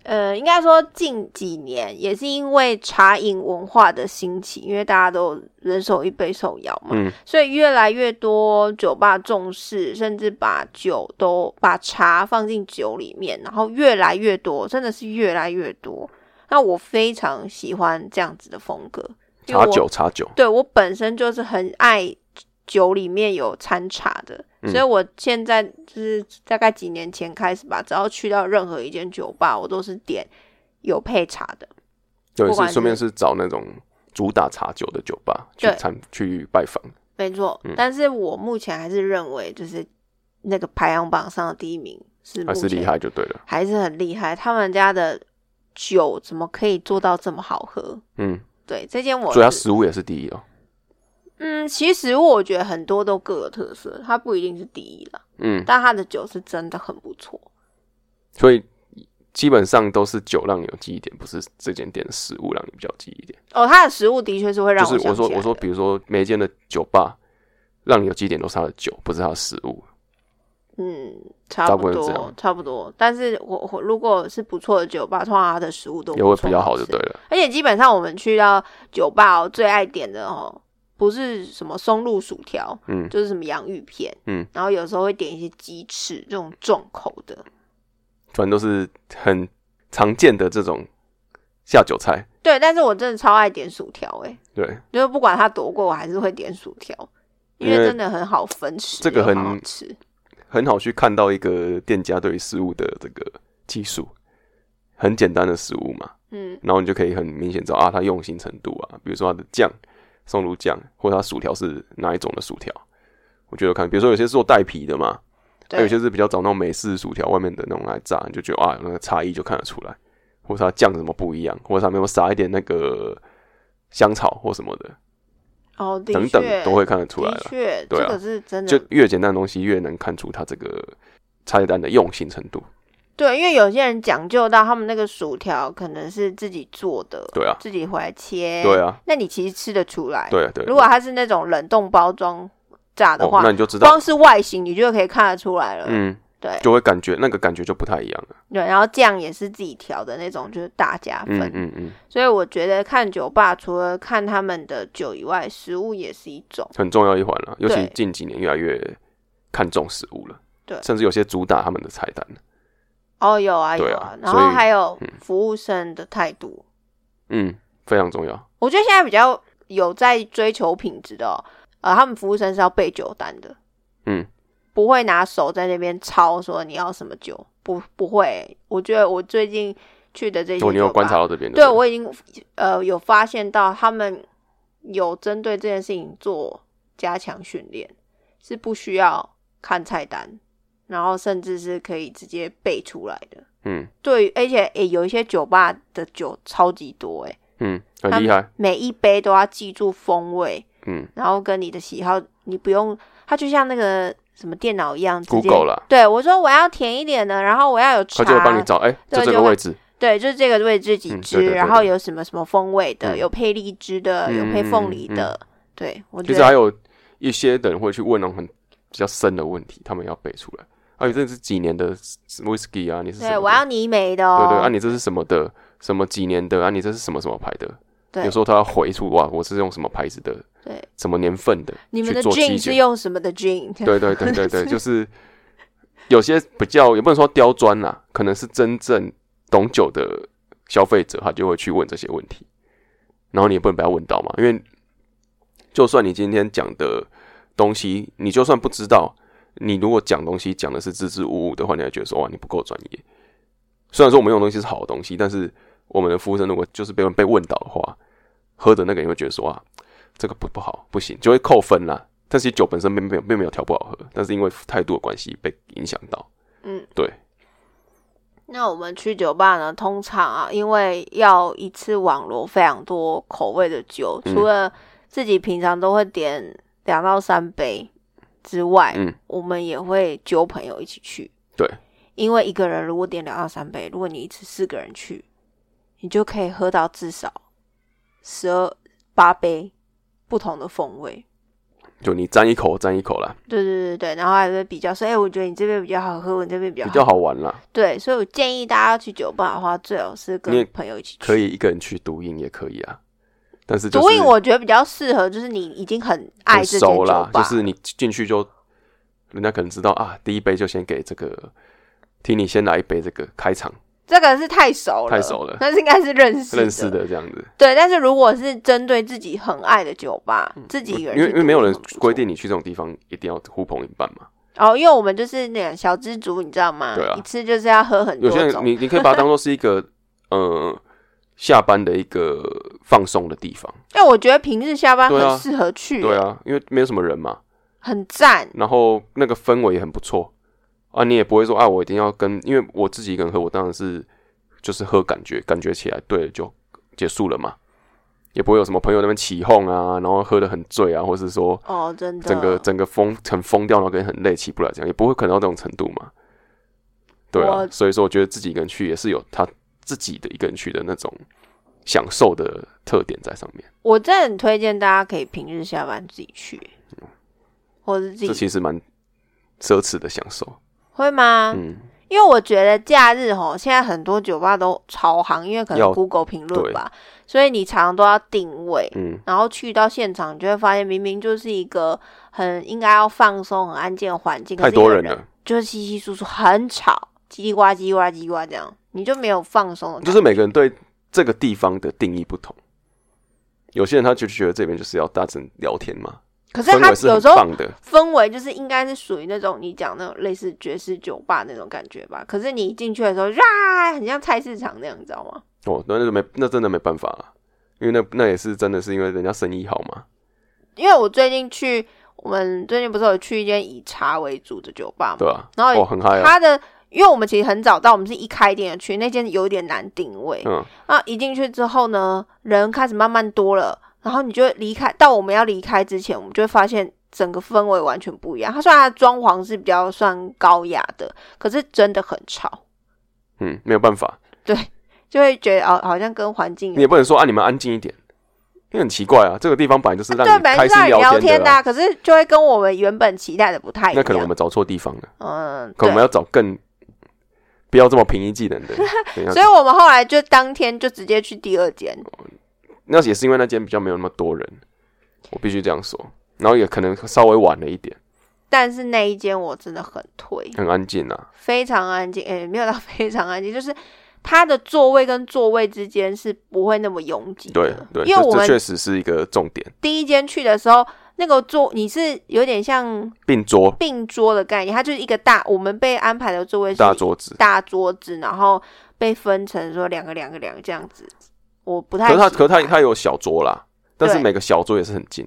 [SPEAKER 2] 呃，应该说近几年也是因为茶饮文化的兴起，因为大家都人手一杯手摇嘛，
[SPEAKER 1] 嗯
[SPEAKER 2] 所以越来越多酒吧重视，甚至把酒都把茶放进酒里面，然后越来越多，真的是越来越多。那我非常喜欢这样子的风格，因为
[SPEAKER 1] 茶
[SPEAKER 2] 我
[SPEAKER 1] 酒茶酒，
[SPEAKER 2] 对我本身就是很爱酒里面有掺茶的，
[SPEAKER 1] 嗯
[SPEAKER 2] 所以我现在就是大概几年前开始吧，只要去到任何一间酒吧，我都是点有配茶的。
[SPEAKER 1] 对，
[SPEAKER 2] 不管
[SPEAKER 1] 是
[SPEAKER 2] 是
[SPEAKER 1] 顺便是找那种主打茶酒的酒吧去
[SPEAKER 2] 对
[SPEAKER 1] 参去拜访。
[SPEAKER 2] 没错，
[SPEAKER 1] 嗯
[SPEAKER 2] 但是我目前还是认为，就是那个排行榜上的第一名是
[SPEAKER 1] 还
[SPEAKER 2] 目
[SPEAKER 1] 是
[SPEAKER 2] 前
[SPEAKER 1] 厉，害就对了。
[SPEAKER 2] 还是很厉害。他们家的酒怎么可以做到这么好喝？
[SPEAKER 1] 嗯，
[SPEAKER 2] 对，这间我
[SPEAKER 1] 所以它
[SPEAKER 2] 是
[SPEAKER 1] 食物也是第一哦。
[SPEAKER 2] 嗯，其实我觉得很多都各有特色，它不一定是第一啦，
[SPEAKER 1] 嗯，
[SPEAKER 2] 但它的酒是真的很不错。
[SPEAKER 1] 所以基本上都是酒让你有记忆点，不是这间店的食物让你比较记忆点。
[SPEAKER 2] 哦，它的食物的确是会让
[SPEAKER 1] 就是
[SPEAKER 2] 想
[SPEAKER 1] 我说
[SPEAKER 2] 起来
[SPEAKER 1] 我说，
[SPEAKER 2] 的
[SPEAKER 1] 比如说每一间的酒吧让你有记忆点都是它的酒，不是它的食物。
[SPEAKER 2] 嗯，差
[SPEAKER 1] 大
[SPEAKER 2] 不
[SPEAKER 1] 部分是这
[SPEAKER 2] 多
[SPEAKER 1] 样，
[SPEAKER 2] 差不多。但是我我如果是不错的酒吧，通常它的食物都
[SPEAKER 1] 也会
[SPEAKER 2] 不错
[SPEAKER 1] 比较好就
[SPEAKER 2] 吃
[SPEAKER 1] 对了。
[SPEAKER 2] 而且基本上我们去到酒吧、哦，最爱点的哦，不是什么松露薯条，
[SPEAKER 1] 嗯
[SPEAKER 2] 就是什么洋芋片，
[SPEAKER 1] 嗯，
[SPEAKER 2] 然后有时候会点一些鸡翅这种重口的，
[SPEAKER 1] 反正都是很常见的这种下酒菜。
[SPEAKER 2] 对。但是我真的超爱点薯条，哎，
[SPEAKER 1] 对，
[SPEAKER 2] 就是不管它多贵，我还是会点薯条，因为真的很好分食，
[SPEAKER 1] 这个很
[SPEAKER 2] 又好吃。
[SPEAKER 1] 很好去看到一个店家对于食物的这个技术，很简单的食物嘛，
[SPEAKER 2] 嗯，
[SPEAKER 1] 然后你就可以很明显知道啊，它用心程度啊，比如说它的酱，松露酱，或者它薯条是哪一种的薯条，我觉得看，比如说有些是做带皮的嘛，还
[SPEAKER 2] 对，
[SPEAKER 1] 有些是比较早那种美式薯条外面的那种来炸，你就觉得啊，有那个差异就看得出来，或者它酱怎么不一样，或者它有没有撒一点那个香草或什么的，
[SPEAKER 2] 哦，的
[SPEAKER 1] 等
[SPEAKER 2] 确
[SPEAKER 1] 等都会看得出来
[SPEAKER 2] 的
[SPEAKER 1] 了。
[SPEAKER 2] 确，
[SPEAKER 1] 对啊
[SPEAKER 2] 这个是真的
[SPEAKER 1] 就越简单的东西，越能看出它这个菜单的用心程度。
[SPEAKER 2] 对，因为有些人讲究到他们那个薯条可能是自己做的，
[SPEAKER 1] 对啊，
[SPEAKER 2] 自己回来切，
[SPEAKER 1] 对啊，
[SPEAKER 2] 那你其实吃得出来。
[SPEAKER 1] 对啊，对啊。
[SPEAKER 2] 哎如果它是那种冷冻包装炸的
[SPEAKER 1] 哦，
[SPEAKER 2] 话，
[SPEAKER 1] 那你就知道
[SPEAKER 2] 光，是外形你就可以看得出来了。
[SPEAKER 1] 嗯，
[SPEAKER 2] 对
[SPEAKER 1] 就会感觉那个感觉就不太一样了。
[SPEAKER 2] 对，然后酱也是自己调的那种，就是大加分。
[SPEAKER 1] 嗯嗯嗯，
[SPEAKER 2] 所以我觉得看酒吧除了看他们的酒以外，食物也是一种。
[SPEAKER 1] 很重要一环了，尤其
[SPEAKER 2] 对
[SPEAKER 1] 近几年越来越看重食物了。
[SPEAKER 2] 对
[SPEAKER 1] 甚至有些主打他们的菜单，
[SPEAKER 2] 哦，有啊有
[SPEAKER 1] 对
[SPEAKER 2] 啊
[SPEAKER 1] 啊，
[SPEAKER 2] 然
[SPEAKER 1] 所
[SPEAKER 2] 后
[SPEAKER 1] 以
[SPEAKER 2] 还有
[SPEAKER 1] 嗯
[SPEAKER 2] 服务生的态度，
[SPEAKER 1] 嗯，非常重要。
[SPEAKER 2] 我觉得现在比较有在追求品质的、哦，呃，他们服务生是要备酒单的，
[SPEAKER 1] 嗯，
[SPEAKER 2] 不会拿手在那边抄说你要什么酒，不不会。我觉得我最近去的这些
[SPEAKER 1] 如果哦你有
[SPEAKER 2] 酒吧
[SPEAKER 1] 观察到这边的，
[SPEAKER 2] 对我已经呃有发现到他们有针对这件事情做加强训练，是不需要看菜单，然后甚至是可以直接背出来的。
[SPEAKER 1] 嗯
[SPEAKER 2] 对，而且诶、有一些酒吧的酒超级多诶、
[SPEAKER 1] 嗯，很厉害，
[SPEAKER 2] 每一杯都要记住风味，
[SPEAKER 1] 嗯，
[SPEAKER 2] 然后跟你的喜好，你不用，它就像那个什么电脑一样直接
[SPEAKER 1] Google 啦
[SPEAKER 2] 对，我说我要甜一点的，然后我要有茶，
[SPEAKER 1] 他就会帮你找，哎，
[SPEAKER 2] 对
[SPEAKER 1] 就这
[SPEAKER 2] 就
[SPEAKER 1] 个
[SPEAKER 2] 会
[SPEAKER 1] 位置，
[SPEAKER 2] 对，就是这个位置几
[SPEAKER 1] 嗯对
[SPEAKER 2] 支，
[SPEAKER 1] 对对对
[SPEAKER 2] 然后有什么什么风味的，
[SPEAKER 1] 嗯
[SPEAKER 2] 有配荔枝的，
[SPEAKER 1] 嗯
[SPEAKER 2] 有配凤梨的，对我
[SPEAKER 1] 其
[SPEAKER 2] 觉
[SPEAKER 1] 实还
[SPEAKER 2] 得
[SPEAKER 1] 有一些人会去问那种很比较深的问题，他们要背出来。啊，你这是几年的 whisky 啊？你是什么
[SPEAKER 2] 对
[SPEAKER 1] 的
[SPEAKER 2] 我要泥煤的
[SPEAKER 1] 对
[SPEAKER 2] 哦，
[SPEAKER 1] 对，啊，你这是什么的？什么几年的？啊，你这是什么什么牌的？
[SPEAKER 2] 对
[SPEAKER 1] 有时候他要回出哇，我是用什么牌子的？
[SPEAKER 2] 对，
[SPEAKER 1] 什么年份的？
[SPEAKER 2] 你们
[SPEAKER 1] 去
[SPEAKER 2] 的
[SPEAKER 1] 做
[SPEAKER 2] gin
[SPEAKER 1] 基酒
[SPEAKER 2] 是用什么的 gin？
[SPEAKER 1] 对对对对对，就是有些比较也不能说刁钻啦，可能是真正懂酒的消费者，他就会去问这些问题。然后你也不能被他问到嘛，因为就算你今天讲的东西，你就算不知道，你如果讲东西讲的是支支吾吾的话，你还觉得说哇你不够专业。虽然说我们用的东西是好东西，但是我们的服务生如果就是被被问到的话，喝的那个人会觉得说啊这个不不好不行，就会扣分啦。但是酒本身并没有并没有调不好喝，但是因为态度的关系被影响到。
[SPEAKER 2] 嗯，
[SPEAKER 1] 对，
[SPEAKER 2] 那我们去酒吧呢，通常啊，因为要一次网罗非常多口味的酒，
[SPEAKER 1] 嗯
[SPEAKER 2] 除了自己平常都会点两到三杯之外，
[SPEAKER 1] 嗯，
[SPEAKER 2] 我们也会揪朋友一起去。
[SPEAKER 1] 对，
[SPEAKER 2] 因为一个人如果点两到三杯，如果你一次四个人去，你就可以喝到至少十二八杯不同的风味。
[SPEAKER 1] 就你沾一口沾一口啦，
[SPEAKER 2] 对对对对，然后还会比较说，哎、我觉得你这边比较好喝，我这边比较
[SPEAKER 1] 比
[SPEAKER 2] 好
[SPEAKER 1] 较好玩啦。
[SPEAKER 2] 对，所以我建议大家去酒吧的话，最好是
[SPEAKER 1] 你
[SPEAKER 2] 跟
[SPEAKER 1] 也
[SPEAKER 2] 朋友一起去。
[SPEAKER 1] 可以一个人去独饮也可以啊，但是就是
[SPEAKER 2] 毒瘾我觉得比较适合，就是你已经很爱
[SPEAKER 1] 很
[SPEAKER 2] 这间
[SPEAKER 1] 熟
[SPEAKER 2] 酒
[SPEAKER 1] 啦
[SPEAKER 2] 吧，，
[SPEAKER 1] 就是你进去就人家可能知道啊，第一杯就先给这个，听你先来一杯这个开场
[SPEAKER 2] 这个是太熟了，
[SPEAKER 1] 太熟了
[SPEAKER 2] 但是应该是认识
[SPEAKER 1] 认识。的这样子，
[SPEAKER 2] 对，但是如果是针对自己很爱的酒吧，自己一个
[SPEAKER 1] 嗯因
[SPEAKER 2] 人去
[SPEAKER 1] 为
[SPEAKER 2] 毒瘾很不错，
[SPEAKER 1] 因为没有人规定你去这种地方一定要呼朋引伴嘛。
[SPEAKER 2] 哦，因为我们就是那个小知足，你知道吗？
[SPEAKER 1] 对啊
[SPEAKER 2] 一次就是要喝很多
[SPEAKER 1] 有些人
[SPEAKER 2] 种。
[SPEAKER 1] 你你可以把它当做是一个呃下班的一个放松的地方，
[SPEAKER 2] 但哎我觉得平日下班
[SPEAKER 1] 对啊
[SPEAKER 2] 很适合去，
[SPEAKER 1] 对啊，因为没有什么人嘛，
[SPEAKER 2] 很赞。
[SPEAKER 1] 然后那个氛围也很不错啊，你也不会说啊，我一定要跟，因为我自己一个人喝，我当然是就是喝感觉，感觉起来对了就结束了嘛，也不会有什么朋友那边起哄啊，然后喝得很醉啊，或是说
[SPEAKER 2] 哦，真的，
[SPEAKER 1] 整个整个疯很疯掉，然后跟很累起不来，这样也不会可能到这种程度嘛。对啊
[SPEAKER 2] 我，
[SPEAKER 1] 所以说我觉得自己一个人去也是有他自己的一个人去的那种享受的特点在上面，
[SPEAKER 2] 我真的很推荐大家可以平日下班自己去，或者是
[SPEAKER 1] 嗯这
[SPEAKER 2] 自己
[SPEAKER 1] 其实蛮奢侈的享受。
[SPEAKER 2] 会吗？
[SPEAKER 1] 嗯，
[SPEAKER 2] 因为我觉得假日吼，现在很多酒吧都超行，因为可能
[SPEAKER 1] 要
[SPEAKER 2] Google 评论吧，所以你常常都要定位，
[SPEAKER 1] 嗯，
[SPEAKER 2] 然后去到现场，你就会发现明明就是一个很应该要放松、很安静的环境，可
[SPEAKER 1] 太
[SPEAKER 2] 是有
[SPEAKER 1] 多人
[SPEAKER 2] 人
[SPEAKER 1] 了，
[SPEAKER 2] 就是稀稀疏疏、很吵，叽里呱叽呱叽呱这样，你就没有放松的感觉，
[SPEAKER 1] 就是每个人对这个地方的定义不同。有些人他就觉得这边就是要大声聊天嘛，
[SPEAKER 2] 可是
[SPEAKER 1] 氛
[SPEAKER 2] 它
[SPEAKER 1] 围是
[SPEAKER 2] 有
[SPEAKER 1] 很
[SPEAKER 2] 时候
[SPEAKER 1] 棒的。
[SPEAKER 2] 氛围就是应该是属于那种你讲那种类似爵士酒吧那种感觉吧。可是你一进去的时候，呀，很像菜市场那样，你知道吗？
[SPEAKER 1] 哦，那那个没那真的没办法了，因为那那也是真的是因为人家生意好嘛。
[SPEAKER 2] 因为我最近去，我们最近不是有去一间以茶为主的酒吧吗？
[SPEAKER 1] 对吧、
[SPEAKER 2] 然后
[SPEAKER 1] 哦，很嗨啊，
[SPEAKER 2] 它的，因为我们其实很早到，我们是一开店就去，那间有点难定位。
[SPEAKER 1] 嗯，
[SPEAKER 2] 啊，一进去之后呢，人开始慢慢多了，然后你就会离开，到我们要离开之前，我们就会发现整个氛围完全不一样。它虽然它的装潢是比较算高雅的，可是真的很吵，
[SPEAKER 1] 嗯，没有办法，
[SPEAKER 2] 就会觉得哦，好像跟环境
[SPEAKER 1] 你
[SPEAKER 2] 有。
[SPEAKER 1] 也不能说啊，你们安静一点，因为很奇怪啊，这个地方本来就是让
[SPEAKER 2] 对，
[SPEAKER 1] 你
[SPEAKER 2] 本来
[SPEAKER 1] 开
[SPEAKER 2] 是
[SPEAKER 1] 心
[SPEAKER 2] 让你聊
[SPEAKER 1] 天的
[SPEAKER 2] 的、
[SPEAKER 1] 啊、
[SPEAKER 2] 啊，可是就会跟我们原本期待的不太一
[SPEAKER 1] 那可能我
[SPEAKER 2] 样。
[SPEAKER 1] 们找错地方了，
[SPEAKER 2] 嗯，
[SPEAKER 1] 可能我们
[SPEAKER 2] 对。
[SPEAKER 1] 要找更不要这么平易近 人的。等一
[SPEAKER 2] 所
[SPEAKER 1] 下
[SPEAKER 2] 以我们后来就当天就直接去第二间，
[SPEAKER 1] 那也是因为那间比较没有那么多人，我必须这样说。然后也可能稍微晚了一点，
[SPEAKER 2] 但是那一间我真的很推，
[SPEAKER 1] 很安静啊。
[SPEAKER 2] 非常安静，诶、没有到非常安静， 就是它的座位跟座位之间是不会那么拥挤
[SPEAKER 1] 对
[SPEAKER 2] 的。
[SPEAKER 1] 对，
[SPEAKER 2] 因为
[SPEAKER 1] 这
[SPEAKER 2] 我
[SPEAKER 1] 这
[SPEAKER 2] 们
[SPEAKER 1] 确实是一个重点。
[SPEAKER 2] 第一间去的时候，那个座你是有点像
[SPEAKER 1] 并桌
[SPEAKER 2] 并桌的概念，它就是一个大，我们被安排的座位是
[SPEAKER 1] 大桌子，
[SPEAKER 2] 大桌子，然后被分成说两个两个两个这样子。我不
[SPEAKER 1] 可
[SPEAKER 2] 太
[SPEAKER 1] 是它
[SPEAKER 2] 喜
[SPEAKER 1] 可是它
[SPEAKER 2] 欢
[SPEAKER 1] 它有小桌啦，但是
[SPEAKER 2] 对
[SPEAKER 1] 每个小桌也是很近。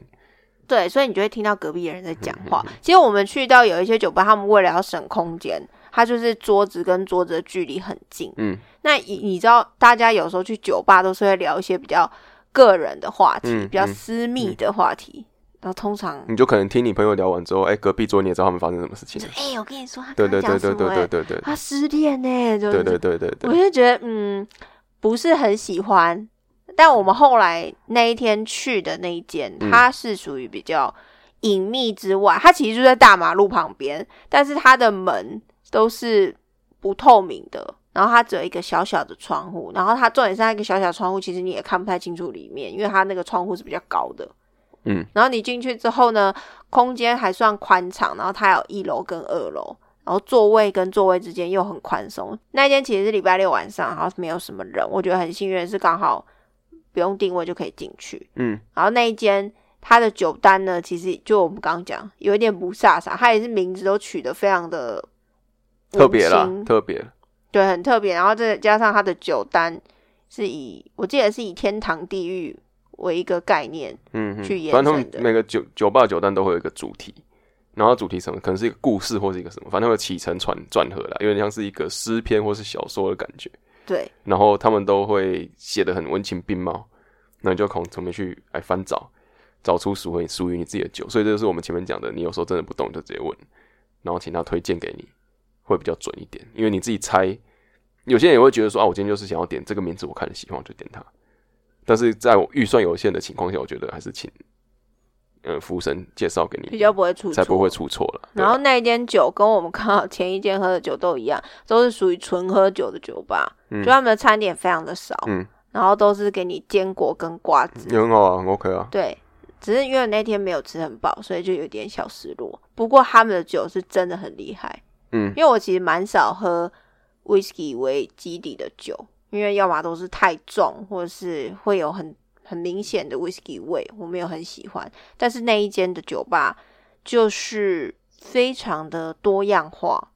[SPEAKER 2] 对，所以你就会听到隔壁的人在
[SPEAKER 1] 嗯
[SPEAKER 2] 讲话。其实我们去到有一些酒吧，他们为了要省空间，它就是桌子跟桌子的距离很近。
[SPEAKER 1] 嗯
[SPEAKER 2] 那你你知道，大家有时候去酒吧都是会聊一些比较个人的话题，
[SPEAKER 1] 嗯
[SPEAKER 2] 比较
[SPEAKER 1] 嗯
[SPEAKER 2] 私密的话题。然后通常，
[SPEAKER 1] 你就可能听你朋友聊完之后，哎、隔壁桌你也知道他们发生什么事情。
[SPEAKER 2] 哎、我跟你说，他
[SPEAKER 1] 对
[SPEAKER 2] 刚
[SPEAKER 1] 对
[SPEAKER 2] 刚
[SPEAKER 1] 对
[SPEAKER 2] 讲
[SPEAKER 1] 对
[SPEAKER 2] 什
[SPEAKER 1] 对
[SPEAKER 2] 么、
[SPEAKER 1] 对
[SPEAKER 2] 欸？
[SPEAKER 1] 对对
[SPEAKER 2] 他失恋呢、就是
[SPEAKER 1] 对对对对
[SPEAKER 2] 我
[SPEAKER 1] 对，
[SPEAKER 2] 就觉得嗯，不是很喜欢。但我们后来那一天去的那一间，
[SPEAKER 1] 嗯
[SPEAKER 2] 它是属于比较隐秘之外，它其实就在大马路旁边，但是它的门都是不透明的，然后它只有一个小小的窗户，然后它重点是它一个小小窗户，其实你也看不太清楚里面，因为它那个窗户是比较高的。
[SPEAKER 1] 嗯，
[SPEAKER 2] 然后你进去之后呢，空间还算宽敞，然后它有一楼跟二楼，然后座位跟座位之间又很宽松。那一天其实是礼拜六晚上，然后没有什么人，我觉得很幸运的是刚好不用定位就可以进去。
[SPEAKER 1] 嗯，
[SPEAKER 2] 然后那一间它的酒单呢，其实就我们刚刚讲，有一点不飒飒，它也是名字都取得非常的
[SPEAKER 1] 特别啦
[SPEAKER 2] 文，青
[SPEAKER 1] 特别。
[SPEAKER 2] 对，很特别。然后再加上它的酒单是以我记得是以天堂地狱为一个概念，
[SPEAKER 1] 嗯，嗯
[SPEAKER 2] 去延
[SPEAKER 1] 反正他
[SPEAKER 2] 伸
[SPEAKER 1] 们
[SPEAKER 2] 的
[SPEAKER 1] 每个酒酒吧酒单都会有一个主题，然后主题什么可能是一个故事或是一个什么，反正会起承转转合啦，有点像是一个诗篇或是小说的感觉。
[SPEAKER 2] 对。
[SPEAKER 1] 然后他们都会写的很文情并茂，那你就从从里面去哎翻找，找出属于属于你自己的酒。所以这就是我们前面讲的，你有时候真的不懂就直接问，然后请他推荐给你，会比较准一点，因为你自己猜。有些人也会觉得说啊，我今天就是想要点这个名字，我看了喜欢我就点它。但是在我预算有限的情况下，我觉得还是请呃服务生介绍给你，
[SPEAKER 2] 比较不会出错，
[SPEAKER 1] 才不会出错了。对
[SPEAKER 2] 然
[SPEAKER 1] 吧
[SPEAKER 2] 后那一间酒跟我们刚好前一间喝的酒都一样，都是属于纯喝酒的酒吧，
[SPEAKER 1] 嗯
[SPEAKER 2] 就他们的餐点非常的少，
[SPEAKER 1] 嗯，
[SPEAKER 2] 然后都是给你坚果跟瓜子，
[SPEAKER 1] 也很好啊，很 OK 啊。
[SPEAKER 2] 对，只是因为那天没有吃很饱，所以就有点小失落。不过他们的酒是真的很厉害，
[SPEAKER 1] 嗯
[SPEAKER 2] 因为我其实蛮少喝 whisky 为基底的酒，因为要么都是太重，或者是会有很很明显的 whisky 味，我没有很喜欢。但是那一间的酒吧就是非常的多样化，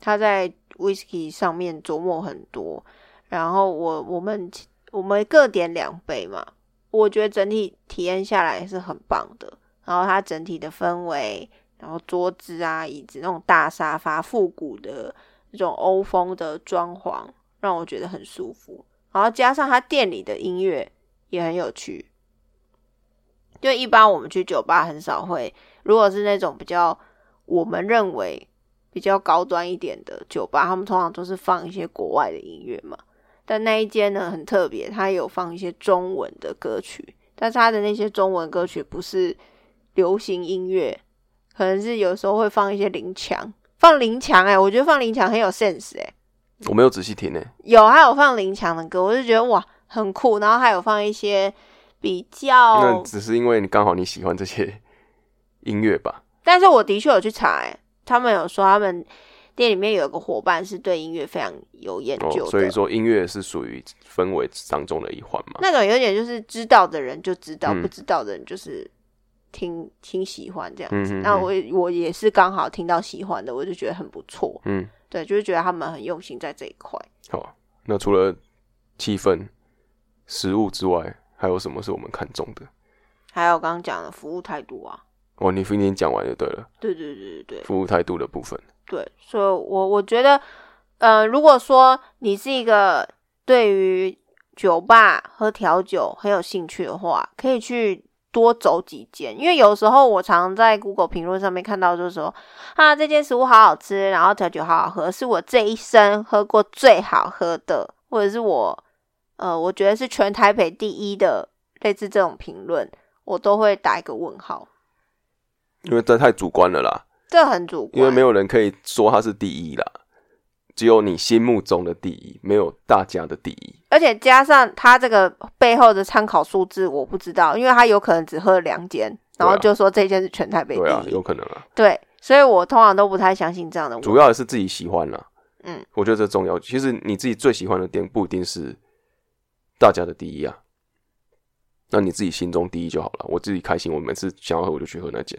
[SPEAKER 2] 它在 whisky 上面琢磨很多。然后我我们我们各点两杯嘛，我觉得整体体验下来是很棒的。然后它整体的氛围，然后桌子啊、椅子那种大沙发、复古的那种欧风的装潢，让我觉得很舒服。然后加上他店里的音乐也很有趣，就一般我们去酒吧很少会，如果是那种比较我们认为比较高端一点的酒吧，他们通常都是放一些国外的音乐嘛。但那一间呢很特别，它有放一些中文的歌曲，但是它的那些中文歌曲不是流行音乐，可能是有时候会放一些林强，放林强哎、我觉得放林强很有 sense 哎、
[SPEAKER 1] 我没有仔细听欸呢、
[SPEAKER 2] 有还有放林强的歌，我就觉得哇很酷，然后还有放一些比
[SPEAKER 1] 那
[SPEAKER 2] 较，
[SPEAKER 1] 只是因为你刚好你喜欢这些 音乐吧？
[SPEAKER 2] 但是我的确有去查哎、他们有说他们店里面有个伙伴是对音乐非常有研
[SPEAKER 1] 哦
[SPEAKER 2] 究的，，
[SPEAKER 1] 所以说音乐是属于氛围当中的一环嘛。
[SPEAKER 2] 那种有点就是知道的人就知道，
[SPEAKER 1] 嗯
[SPEAKER 2] 不知道的人就是挺挺喜欢这样子。
[SPEAKER 1] 嗯嗯嗯
[SPEAKER 2] 那我我也是刚好听到喜欢的，我就觉得很不错。
[SPEAKER 1] 嗯，
[SPEAKER 2] 对，就是觉得他们很用心在这一块。
[SPEAKER 1] 好，那除了气氛、食物之外，还有什么是我们看中的？
[SPEAKER 2] 还有刚刚讲的服务态度啊，
[SPEAKER 1] 哦，你已经讲完就对了，
[SPEAKER 2] 对对对对对
[SPEAKER 1] 服务态度的部分。
[SPEAKER 2] 对，所以我我觉得，呃，如果说你是一个对于酒吧喝调酒很有兴趣的话，可以去。多走几间，因为有时候我常在 Google 评论上面看到，就是说啊，这间食物好好吃，然后调酒好好喝，是我这一生喝过最好喝的，或者是我呃，我觉得是全台北第一的，类似这种评论，我都会打一个问号，
[SPEAKER 1] 因为这太主观了啦，
[SPEAKER 2] 这很主观，
[SPEAKER 1] 因为没有人可以说它是第一啦，只有你心目中的第一，没有大家的第一。
[SPEAKER 2] 而且加上他这个背后的参考数字，我不知道，因为他有可能只喝了两间，
[SPEAKER 1] 对啊
[SPEAKER 2] 然后就说这间是全台北第
[SPEAKER 1] 对啊，
[SPEAKER 2] 一，
[SPEAKER 1] 有可能啊，
[SPEAKER 2] 对，所以我通常都不太相信这样的文。
[SPEAKER 1] 主要还是自己喜欢啦。
[SPEAKER 2] 嗯，
[SPEAKER 1] 我觉得这重要。其实你自己最喜欢的店不一定是大家的第一啊，那你自己心中第一就好了。我自己开心，我每次想要喝我就去喝那间，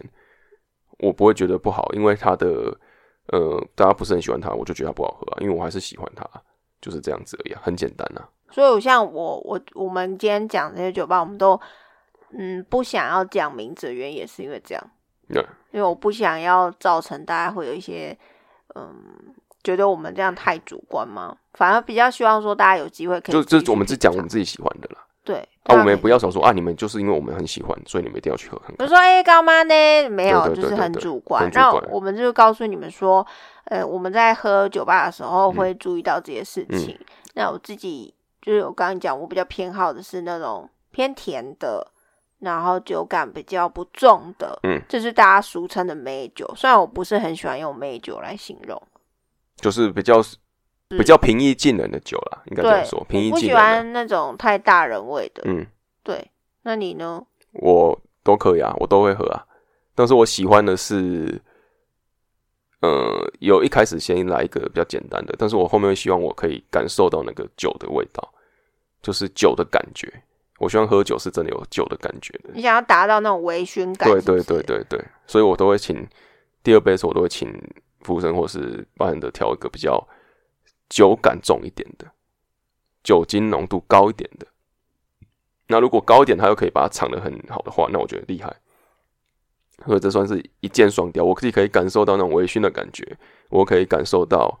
[SPEAKER 1] 我不会觉得不好，因为它的呃大家不是很喜欢它，我就觉得它不好喝啊，因为我还是喜欢它，就是这样子而已、啊，很简单啊。
[SPEAKER 2] 所以我像我我我们今天讲这些酒吧，我们都嗯不想要讲名字，的原因也是因为这样，
[SPEAKER 1] 对，
[SPEAKER 2] 因为我不想要造成大家会有一些嗯觉得我们这样太主观嘛，反而比较希望说大家有机会可以
[SPEAKER 1] 就
[SPEAKER 2] 自己
[SPEAKER 1] 就是我们
[SPEAKER 2] 去
[SPEAKER 1] 自己讲
[SPEAKER 2] 品
[SPEAKER 1] 我
[SPEAKER 2] 尝
[SPEAKER 1] 们自己喜欢的啦。
[SPEAKER 2] 对，
[SPEAKER 1] 啊，我
[SPEAKER 2] 当然
[SPEAKER 1] 们也
[SPEAKER 2] 可以
[SPEAKER 1] 不要想说啊，你们就是因为我们很喜欢，所以你们一定要去喝看
[SPEAKER 2] 我
[SPEAKER 1] 看。
[SPEAKER 2] 说：“哎、干嘛呢？”没有，
[SPEAKER 1] 对对对
[SPEAKER 2] 就是很
[SPEAKER 1] 对对
[SPEAKER 2] 主观。
[SPEAKER 1] 很主
[SPEAKER 2] 那
[SPEAKER 1] 观
[SPEAKER 2] 我们就告诉你们说，呃，我们在喝酒吧的时
[SPEAKER 1] 嗯
[SPEAKER 2] 候会注意到这些事情。那我自己就是我刚刚讲，我比较偏好的是那种偏甜的，然后酒感比较不重的，
[SPEAKER 1] 嗯，
[SPEAKER 2] 这是大家俗称的美酒。虽然我不是很喜欢用美酒来形容，
[SPEAKER 1] 就是比较比较平易近人的酒啦，应该这
[SPEAKER 2] 对
[SPEAKER 1] 样说，，平
[SPEAKER 2] 我
[SPEAKER 1] 易
[SPEAKER 2] 不
[SPEAKER 1] 近
[SPEAKER 2] 喜
[SPEAKER 1] 人、啊。
[SPEAKER 2] 欢那种太大人味的。
[SPEAKER 1] 嗯，
[SPEAKER 2] 对，那你呢？
[SPEAKER 1] 我都可以啊，我都会喝啊。但是我喜欢的是，呃，有一开始先来一个比较简单的，但是我后面会希望我可以感受到那个酒的味道，就是酒的感觉。我希望喝酒是真的有酒的感觉的。
[SPEAKER 2] 你想要达到那种微醺感
[SPEAKER 1] 对
[SPEAKER 2] 是不
[SPEAKER 1] 对
[SPEAKER 2] 是
[SPEAKER 1] 对对对，所以我都会请第二杯的时候，我都会请服务生或是帮人的调一个比较酒感重一点的，酒精浓度高一点的。那如果高一点，他又可以把它藏得很好的话，那我觉得厉害。所以这算是一箭双雕，我自己可以感受到那种微醺的感觉，我可以感受到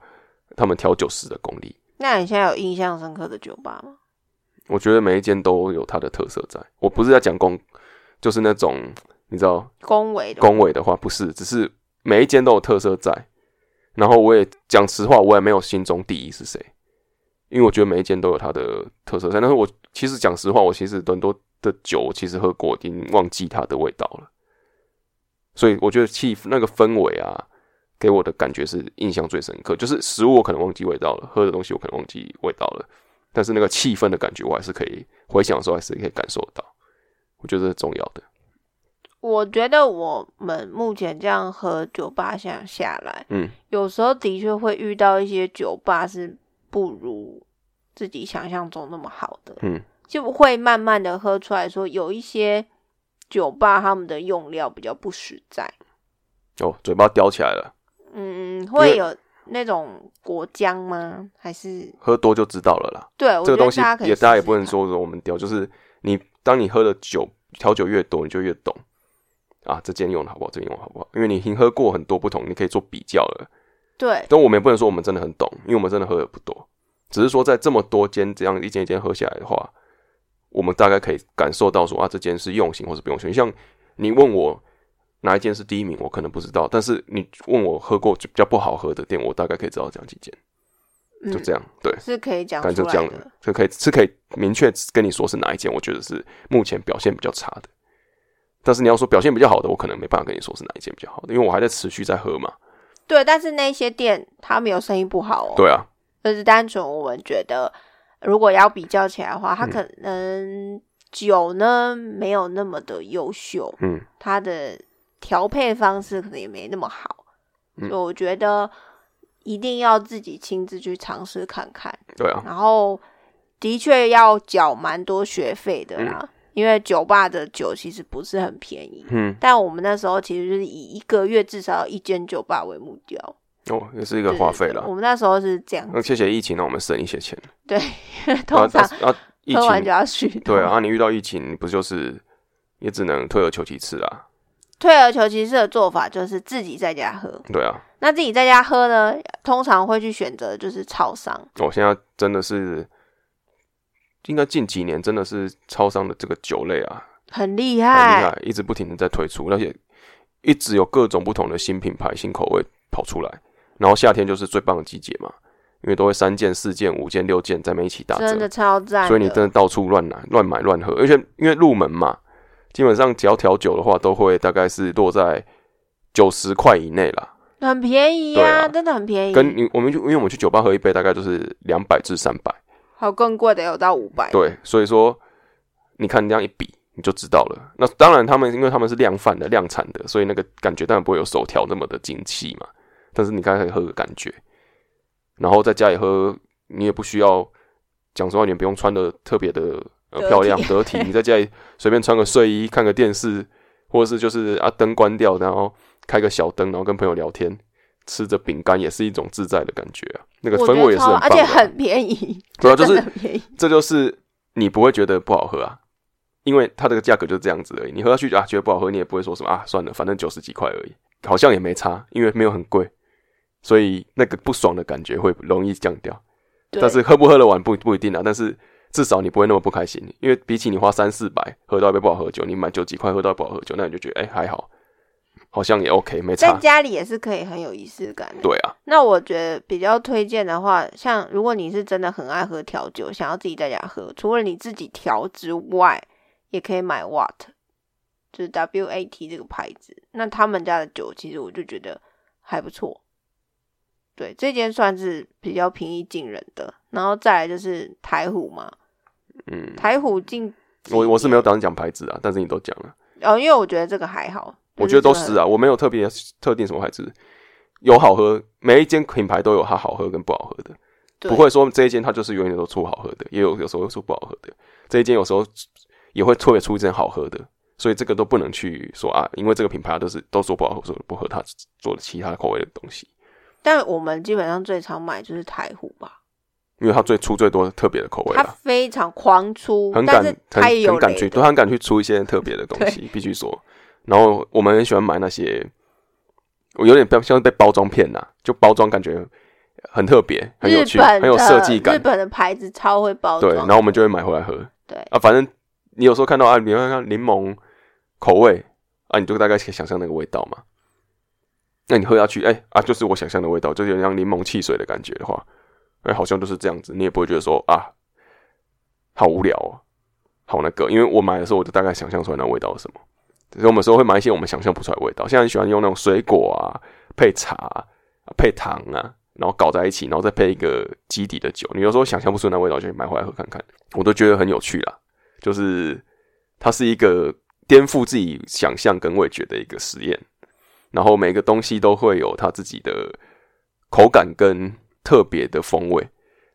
[SPEAKER 1] 他们调酒师的功力。
[SPEAKER 2] 那你现在有印象深刻的酒吧吗？
[SPEAKER 1] 我觉得每一间都有它的特色在。我不是在讲公，就是那种你知道
[SPEAKER 2] 恭维的吗
[SPEAKER 1] 恭维的话，不是，只是每一间都有特色在。然后我也讲实话，我也没有心中第一是谁，因为我觉得每一间都有它的特色在。但是我其实讲实话，我其实很多的酒我其实喝过，已经忘记它的味道了。所以我觉得气那个氛围啊，给我的感觉是印象最深刻。就是食物我可能忘记味道了，喝的东西我可能忘记味道了，但是那个气氛的感觉我还是可以回想的时候还是可以感受得到。我觉得这是重要的。
[SPEAKER 2] 我觉得我们目前这样喝酒吧想下来，
[SPEAKER 1] 嗯，
[SPEAKER 2] 有时候的确会遇到一些酒吧是不如自己想象中那么好的，
[SPEAKER 1] 嗯，
[SPEAKER 2] 就会慢慢的喝出来说，有一些酒吧他们的用料比较不实在，
[SPEAKER 1] 哦，嘴巴叼起来了。
[SPEAKER 2] 嗯，会有那种果浆吗？还是
[SPEAKER 1] 喝多就知道了啦。
[SPEAKER 2] 对我
[SPEAKER 1] 这
[SPEAKER 2] 觉
[SPEAKER 1] 个
[SPEAKER 2] 得
[SPEAKER 1] 东西
[SPEAKER 2] 大家可以
[SPEAKER 1] 也
[SPEAKER 2] 试
[SPEAKER 1] 大家也
[SPEAKER 2] 试
[SPEAKER 1] 不能
[SPEAKER 2] 看
[SPEAKER 1] 说我们屌，就是你当你喝的酒调酒越多，你就越懂啊，这间用的好不好，这间用的好不好？因为你已经喝过很多不同，你可以做比较了。
[SPEAKER 2] 对
[SPEAKER 1] 但我们也不能说我们真的很懂，因为我们真的喝的不多，只是说在这么多间这样一间一间喝下来的话，我们大概可以感受到说啊，这间是用心或是不用心。像你问我哪一间是第一名，我可能不知道，但是你问我喝过比较不好喝的店，我大概可以知道讲几间，
[SPEAKER 2] 嗯
[SPEAKER 1] 就这样。对，
[SPEAKER 2] 是可以讲
[SPEAKER 1] 但
[SPEAKER 2] 出
[SPEAKER 1] 就
[SPEAKER 2] 来
[SPEAKER 1] 这样
[SPEAKER 2] 的。，
[SPEAKER 1] 就可以是可以明确跟你说是哪一间，我觉得是目前表现比较差的。但是你要说表现比较好的，我可能没办法跟你说是哪一间比较好的，因为我还在持续在喝嘛。
[SPEAKER 2] 对，但是那些店他们有生意不好哦。
[SPEAKER 1] 对啊，
[SPEAKER 2] 就是单纯我们觉得，如果要比较起来的话，
[SPEAKER 1] 嗯
[SPEAKER 2] 它可能酒呢没有那么的优秀，
[SPEAKER 1] 嗯，
[SPEAKER 2] 它的调配方式可能也没那么好，
[SPEAKER 1] 嗯
[SPEAKER 2] 所以我觉得一定要自己亲自去尝试看看，
[SPEAKER 1] 对啊，
[SPEAKER 2] 然后的确要缴蛮多学费的啦，因为酒吧的酒其实不是很便宜。
[SPEAKER 1] 嗯，
[SPEAKER 2] 但我们那时候其实就是以一个月至少一间酒吧为目标，
[SPEAKER 1] 哦，也是一个
[SPEAKER 2] 对对
[SPEAKER 1] 花费
[SPEAKER 2] 对
[SPEAKER 1] 了。
[SPEAKER 2] 我们那时候是这样，
[SPEAKER 1] 那谢谢疫情，让我们省一些钱。
[SPEAKER 2] 对， 通常
[SPEAKER 1] 啊啊，疫
[SPEAKER 2] 喝完就
[SPEAKER 1] 情
[SPEAKER 2] 要续。
[SPEAKER 1] 对啊，，你遇到疫情，你不就是也只能退而求其次啊？
[SPEAKER 2] 退而求其次的做法就是自己在家喝。
[SPEAKER 1] 对啊，
[SPEAKER 2] 那自己在家喝呢，通常会去选择就是超商。
[SPEAKER 1] 我现在真的是，应该近几年真的是超商的这个酒类啊，
[SPEAKER 2] 很厉
[SPEAKER 1] 很
[SPEAKER 2] 害，
[SPEAKER 1] 厉害，一直不停的在推出，而且一直有各种不同的新品牌、新口味跑出来。然后夏天就是最棒的季节嘛，因为都会三件、四件、五件、六件在那边一起打折，
[SPEAKER 2] 真的超赞的。
[SPEAKER 1] 所以你真的到处乱拿、乱买、乱喝，而且因为入门嘛，基本上只要调酒的话，都会大概是落在九十块以内啦。
[SPEAKER 2] 很便宜
[SPEAKER 1] 对
[SPEAKER 2] 呀、
[SPEAKER 1] 啊
[SPEAKER 2] 真的很便宜，
[SPEAKER 1] 跟你我们就因为我们去酒吧喝一杯，大概就是两百至三百，
[SPEAKER 2] 还有更贵的有到五百。
[SPEAKER 1] 对，所以说你看这样一比。你就知道了。那当然，他们因为他们是量贩的、量产的，所以那个感觉当然不会有手调那么的精细嘛。但是你刚才可以喝个感觉，然后在家里喝，你也不需要讲实话，你也不用穿的特别的呃
[SPEAKER 2] 得体
[SPEAKER 1] 漂亮得 体。你在家里随便穿个睡衣，看个电视，或者是就是啊灯关掉，然后开个小灯，然后跟朋友聊天，吃着饼干也是一种自在的感觉啊。那个
[SPEAKER 2] 我觉
[SPEAKER 1] 氛围
[SPEAKER 2] 得
[SPEAKER 1] 也是
[SPEAKER 2] 超
[SPEAKER 1] 很
[SPEAKER 2] 好，
[SPEAKER 1] 棒
[SPEAKER 2] 而
[SPEAKER 1] 的
[SPEAKER 2] 且
[SPEAKER 1] 啊、
[SPEAKER 2] 很便宜，
[SPEAKER 1] 对啊，就
[SPEAKER 2] 真
[SPEAKER 1] 是
[SPEAKER 2] 的很便宜。
[SPEAKER 1] 这就是你不会觉得不好喝啊，因为它这个价格就是这样子而已。你喝下去啊，觉得不好喝，你也不会说什么啊，算了，反正九十几块而已，好像也没差，因为没有很贵，所以那个不爽的感觉会容易降掉。
[SPEAKER 2] 对
[SPEAKER 1] 但是喝不喝得完不不一定啊，但是至少你不会那么不开心，因为比起你花三四百喝到一杯不好喝的酒，你买九几块喝到不好喝的酒，那你就觉得哎、还好，好像也 OK 没
[SPEAKER 2] 在
[SPEAKER 1] 差。
[SPEAKER 2] 家里也是可以很有仪式感的。
[SPEAKER 1] 对啊，
[SPEAKER 2] 那我觉得比较推荐的话，像如果你是真的很爱喝调酒，想要自己在家喝，除了你自己调之外，也可以买 Wat，就是 W A T 这个牌子。那他们家的酒其实我就觉得还不错，对，这间算是比较平易近人的。然后再来就是台虎嘛，
[SPEAKER 1] 嗯，
[SPEAKER 2] 台虎近
[SPEAKER 1] 我我是没有打算讲牌子啊，但是你都讲了。
[SPEAKER 2] 哦，因为我觉得这个还好，
[SPEAKER 1] 我觉得都是
[SPEAKER 2] 啊，
[SPEAKER 1] 啊，我没有特别特定什么牌子，有好喝，每一间品牌都有它好喝跟不好喝的，
[SPEAKER 2] 对
[SPEAKER 1] 不会说这一间它就是永远都出好喝的，也有有时候出不好喝的，这一间有时候也会特别出一间好喝的，所以这个都不能去说啊，因为这个品牌都是都说不好喝，所以不喝它做其他口味的东西，
[SPEAKER 2] 但我们基本上最常买就是台虎吧。
[SPEAKER 1] 因为它最出最多特别的口味
[SPEAKER 2] 他
[SPEAKER 1] 啦，
[SPEAKER 2] 非常狂出，
[SPEAKER 1] 啊很
[SPEAKER 2] 但
[SPEAKER 1] 敢
[SPEAKER 2] 是
[SPEAKER 1] 很
[SPEAKER 2] 他也有
[SPEAKER 1] 很敢
[SPEAKER 2] 雷
[SPEAKER 1] 去，
[SPEAKER 2] 的
[SPEAKER 1] 对，他很敢去出一些特别的东西，必须说。然后我们很喜欢买那些，我有点像像被包装骗啦，就包装感觉很特别，很有
[SPEAKER 2] 日
[SPEAKER 1] 趣，
[SPEAKER 2] 本
[SPEAKER 1] 很
[SPEAKER 2] 的
[SPEAKER 1] 有设计
[SPEAKER 2] 日
[SPEAKER 1] 感。
[SPEAKER 2] 本的牌子超会包装
[SPEAKER 1] 对，
[SPEAKER 2] 的，
[SPEAKER 1] 然后我们就会买回来喝
[SPEAKER 2] 对
[SPEAKER 1] 啊。反正你有时候看到啊，你会看到柠檬口味啊，你就大概可以想象那个味道嘛。那你喝下去，哎、啊，就是我想象的味道，就是有点像柠檬汽水的感觉的话，哎、好像就是这样子，你也不会觉得说啊，好无聊哦，好那个，因为我买的时候我就大概想象出来那味道是什么。所以我们有时候会买一些我们想象不出来的味道，现在很喜欢用那种水果啊配茶啊、配糖啊，然后搞在一起，然后再配一个基底的酒，你有时候想象不出那味道，就去买回来喝看看，我都觉得很有趣啦。就是它是一个颠覆自己想象跟味觉的一个实验，然后每个东西都会有它自己的口感跟特别的风味。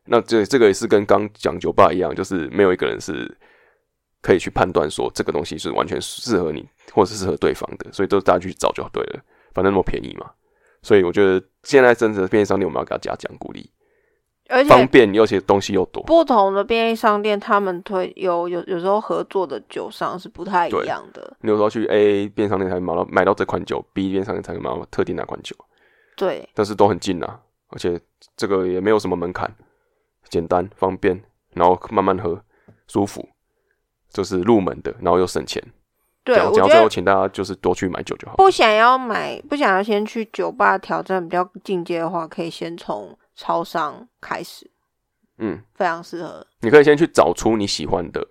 [SPEAKER 1] 那这这个也是跟刚讲酒吧一样，就是没有一个人是可以去判断说这个东西是完全适合你或是适合对方的，所以都大家去找就对了，反正那么便宜嘛。所以我觉得现在真的便利商店我们要给大家讲鼓励，
[SPEAKER 2] 而
[SPEAKER 1] 方
[SPEAKER 2] 且
[SPEAKER 1] 便而且东西又多。
[SPEAKER 2] 不同的便利商店，他们推有有有时候合作的酒商是不太一
[SPEAKER 1] 对
[SPEAKER 2] 样的，
[SPEAKER 1] 你有时候去 A 便利商店才买到买到这款酒，B 便利商店才能买到特定哪款酒，
[SPEAKER 2] 对，
[SPEAKER 1] 但是都很近啊，而且这个也没有什么门槛，简单方便，然后慢慢喝，舒服，这是入门的，然后又省钱。
[SPEAKER 2] 对，
[SPEAKER 1] 讲
[SPEAKER 2] 我
[SPEAKER 1] 讲到
[SPEAKER 2] 觉
[SPEAKER 1] 最
[SPEAKER 2] 得
[SPEAKER 1] 后，请大家就是多去买酒就好。
[SPEAKER 2] 不想要买，不想要先去酒吧挑战比较进阶的话，可以先从超商开始，
[SPEAKER 1] 嗯，
[SPEAKER 2] 非常适合。
[SPEAKER 1] 你可以先去找出你喜欢的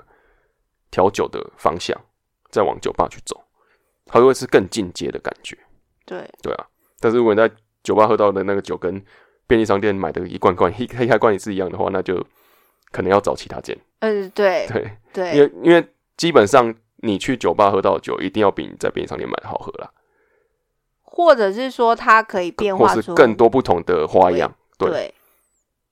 [SPEAKER 1] 调酒的方向，再往酒吧去走，它会是更进阶的感觉。
[SPEAKER 2] 对，
[SPEAKER 1] 对啊，但是如果你在酒吧喝到的那个酒跟便利商店买的一罐 罐一黑开罐也是一样的话，那就可能要找其他间。
[SPEAKER 2] 嗯，对
[SPEAKER 1] 对，因
[SPEAKER 2] 对
[SPEAKER 1] 为因为基本上你去酒吧喝到的酒，一定要比你在便利商店买的好喝啦，
[SPEAKER 2] 或者是说它可以变
[SPEAKER 1] 或
[SPEAKER 2] 化
[SPEAKER 1] 是
[SPEAKER 2] 出
[SPEAKER 1] 更多不同的花样。对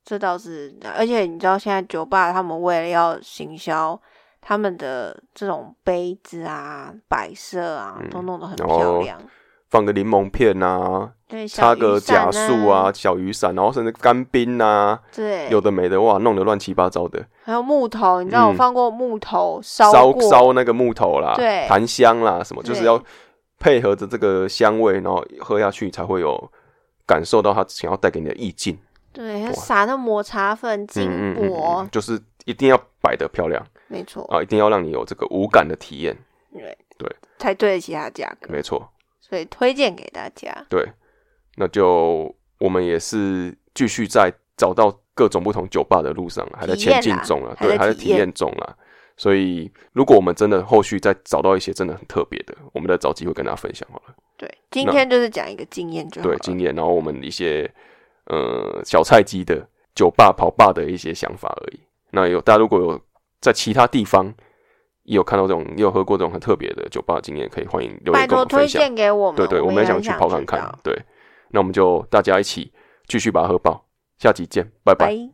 [SPEAKER 2] 这倒是，而且你知道现在酒吧他们为了要行销，他们的这种杯子啊、摆设啊，
[SPEAKER 1] 嗯
[SPEAKER 2] 都弄得很
[SPEAKER 1] 然后
[SPEAKER 2] 漂亮。
[SPEAKER 1] 放个柠檬片啊，
[SPEAKER 2] 对，
[SPEAKER 1] 插
[SPEAKER 2] 小
[SPEAKER 1] 个
[SPEAKER 2] 雨
[SPEAKER 1] 假
[SPEAKER 2] 伞
[SPEAKER 1] 树啊，，小雨伞，然后甚至干冰啊，
[SPEAKER 2] 对，
[SPEAKER 1] 有的没的，哇，弄得乱七八糟的，
[SPEAKER 2] 还有木头，你知道我
[SPEAKER 1] 嗯
[SPEAKER 2] 放过木头烧
[SPEAKER 1] 烧
[SPEAKER 2] 过，
[SPEAKER 1] 烧那个木头啦，
[SPEAKER 2] 对
[SPEAKER 1] 檀香啦，什么，就是
[SPEAKER 2] 对
[SPEAKER 1] 要配合着这个香味，然后喝下去才会有感受到它想要带给你的意境。
[SPEAKER 2] 对，还
[SPEAKER 1] 哇嗯
[SPEAKER 2] 撒那抹茶粉、金箔，
[SPEAKER 1] 就是一定要摆得漂亮
[SPEAKER 2] 没错，
[SPEAKER 1] 嗯啊，一定要让你有这个无感的体验，
[SPEAKER 2] 对
[SPEAKER 1] 对，
[SPEAKER 2] 才对得起它的价格，
[SPEAKER 1] 没错，
[SPEAKER 2] 所以推荐给大家。
[SPEAKER 1] 对。那就我们也是继续在找到各种不同酒吧的路上啊啦，还在
[SPEAKER 2] 体验
[SPEAKER 1] 前
[SPEAKER 2] 啦
[SPEAKER 1] 进中了，
[SPEAKER 2] 还
[SPEAKER 1] 对，
[SPEAKER 2] 在
[SPEAKER 1] 还在
[SPEAKER 2] 体
[SPEAKER 1] 体
[SPEAKER 2] 验
[SPEAKER 1] 验中啦。所以，如果我们真的后续再找到一些真的很特别的，我们再找机会跟大家分享好了。
[SPEAKER 2] 对，今天就是讲一个经验就好
[SPEAKER 1] 对
[SPEAKER 2] 了。
[SPEAKER 1] 经验，然后我们一些呃小菜鸡的酒吧跑吧的一些想法而已。那有大家如果有在其他地方也有看到这种，也有喝过这种很特别的酒吧经验，可以欢迎留
[SPEAKER 2] 拜
[SPEAKER 1] 言跟
[SPEAKER 2] 托
[SPEAKER 1] 我们分
[SPEAKER 2] 推
[SPEAKER 1] 享。
[SPEAKER 2] 荐给我们，
[SPEAKER 1] 对对，我
[SPEAKER 2] 我
[SPEAKER 1] 们也
[SPEAKER 2] 很
[SPEAKER 1] 想去跑看
[SPEAKER 2] 知
[SPEAKER 1] 看
[SPEAKER 2] 道。
[SPEAKER 1] 对，那我们就大家一起继续把它喝爆，下集见，拜拜。
[SPEAKER 2] 拜。